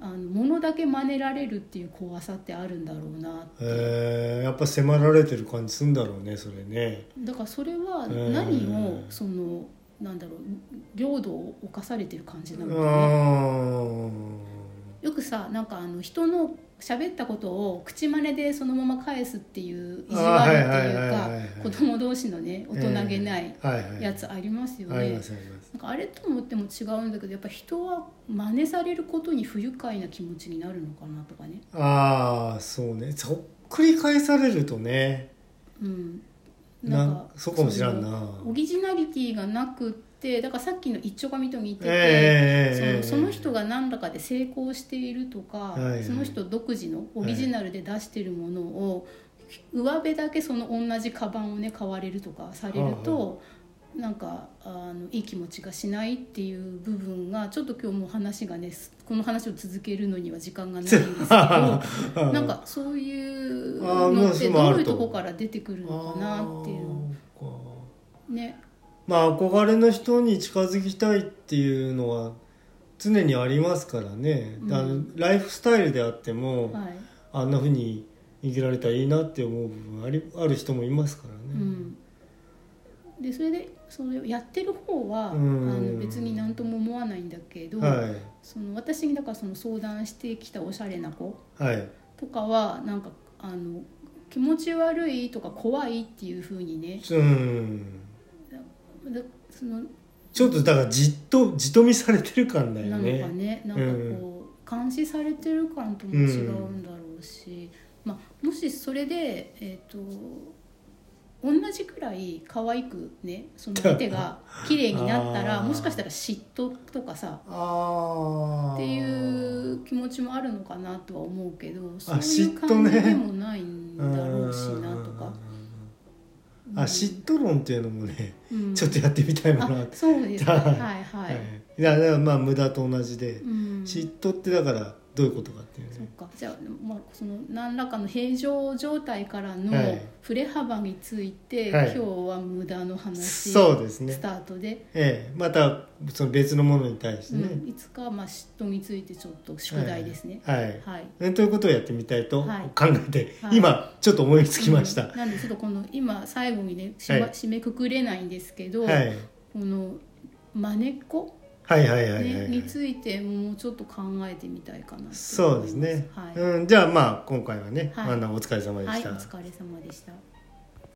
[SPEAKER 2] あのものだけ真似られるっていう怖さってあるんだろうなって
[SPEAKER 1] えー、やっぱ迫られてる感じすんだろうねそれね
[SPEAKER 2] だからそれは
[SPEAKER 1] うん
[SPEAKER 2] 何をそのなんだろう領土を侵されてる感じ
[SPEAKER 1] あ
[SPEAKER 2] なのかな
[SPEAKER 1] ー
[SPEAKER 2] よくさなんかあの人の喋ったことを口真似でそのまま返すっていう意地
[SPEAKER 1] あ
[SPEAKER 2] 悪
[SPEAKER 1] ー
[SPEAKER 2] っ
[SPEAKER 1] は
[SPEAKER 2] て
[SPEAKER 1] い
[SPEAKER 2] い
[SPEAKER 1] はいはいうはい
[SPEAKER 2] か
[SPEAKER 1] はい
[SPEAKER 2] 子供同士のね大人げない
[SPEAKER 1] えーはいはい
[SPEAKER 2] やつありますよね、
[SPEAKER 1] ありますあります
[SPEAKER 2] なんかあれと思っても違うんだけどやっぱ人は真似されることに不愉快な気持ちになるのかなとかね、
[SPEAKER 1] ああそうねそっくり返されるとね
[SPEAKER 2] うん、
[SPEAKER 1] なんそうかもしらんな
[SPEAKER 2] オリジナリティがなくってだからさっきの一丁紙と似てて、
[SPEAKER 1] ええ
[SPEAKER 2] そ
[SPEAKER 1] ええええ
[SPEAKER 2] のその人が何らかで成功しているとか、
[SPEAKER 1] いはい
[SPEAKER 2] その人独自のオリジナルで出してるものを、上辺だけその同じカバンをね買われるとかされると、なんかあのいい気持ちがしないっていう部分がちょっと今日もう話がねすこの話を続けるのには時間がないんですけ どなんかそういうのって
[SPEAKER 1] あーまあそうう
[SPEAKER 2] ど
[SPEAKER 1] い
[SPEAKER 2] い
[SPEAKER 1] うう
[SPEAKER 2] と
[SPEAKER 1] と
[SPEAKER 2] こから出てくるのかなっていう
[SPEAKER 1] あーか
[SPEAKER 2] ね。
[SPEAKER 1] まあ憧れの人に近づきたいっていうのは常にありますからね、
[SPEAKER 2] うん
[SPEAKER 1] あのライフスタイルであっても、
[SPEAKER 2] はい
[SPEAKER 1] あんなふうに生きられたらいいなって思う部分ありある人もいますからね、
[SPEAKER 2] うん、でそれでそれをやってる方は、
[SPEAKER 1] うん
[SPEAKER 2] あの別に何とも思わないんだけど、
[SPEAKER 1] はい
[SPEAKER 2] その私にだからその相談してきたおしゃれな子
[SPEAKER 1] はい
[SPEAKER 2] とかはなんかあの気持ち悪いとか怖いっていう風にね
[SPEAKER 1] うん
[SPEAKER 2] でその
[SPEAKER 1] ちょっとだからじっとじと見されてる感だよ
[SPEAKER 2] なの
[SPEAKER 1] ね
[SPEAKER 2] かねなんかこう、監視されてる感とも違うんだろうし、まあ、もしそれで、えー、と同じくらい可愛くねその相 手が綺麗になったら
[SPEAKER 1] あー
[SPEAKER 2] もしかしたら嫉妬とかさ
[SPEAKER 1] ああ
[SPEAKER 2] っていう気持ちもあるのかなとは思うけどそういう
[SPEAKER 1] 嫉
[SPEAKER 2] 感
[SPEAKER 1] 妬ね
[SPEAKER 2] じでもないんだろうしなとか。
[SPEAKER 1] あ嫉妬論っていうのもね、
[SPEAKER 2] うん
[SPEAKER 1] ちょっとやってみたいもな
[SPEAKER 2] あそうですね
[SPEAKER 1] は
[SPEAKER 2] はいいはい、
[SPEAKER 1] はい、だからまあ無駄と同じで、
[SPEAKER 2] うん、
[SPEAKER 1] 嫉妬ってだからどういうことかっていう
[SPEAKER 2] そっ
[SPEAKER 1] ね
[SPEAKER 2] かじゃあ、まあ、その何らかの平常状態からの
[SPEAKER 1] はい
[SPEAKER 2] 振れ幅について、
[SPEAKER 1] はい
[SPEAKER 2] 今日は無駄の話
[SPEAKER 1] そうですね
[SPEAKER 2] スタートで、
[SPEAKER 1] ええまたその別のものに対して
[SPEAKER 2] う
[SPEAKER 1] ね
[SPEAKER 2] ん、いつかまあ嫉妬についてちょっと宿題ですね。
[SPEAKER 1] はい、
[SPEAKER 2] はい
[SPEAKER 1] えということをやってみたいと
[SPEAKER 2] はい
[SPEAKER 1] 考えて、
[SPEAKER 2] はい
[SPEAKER 1] 今ちょっと思いつきました、
[SPEAKER 2] うんなんでちょっとこの今最後にね締,、
[SPEAKER 1] はい
[SPEAKER 2] 締めくくれないんですけど、
[SPEAKER 1] はい、はい
[SPEAKER 2] この真似っこ、
[SPEAKER 1] はいはい
[SPEAKER 2] ね
[SPEAKER 1] はいはい
[SPEAKER 2] についてもうちょっと考えてみたいかなって思います
[SPEAKER 1] そうですね、
[SPEAKER 2] はい、
[SPEAKER 1] うん、じゃあまあ今回はね、
[SPEAKER 2] はい
[SPEAKER 1] あんなお疲れ様で
[SPEAKER 2] はい、
[SPEAKER 1] し
[SPEAKER 2] お
[SPEAKER 1] た、
[SPEAKER 2] 疲れ様でした。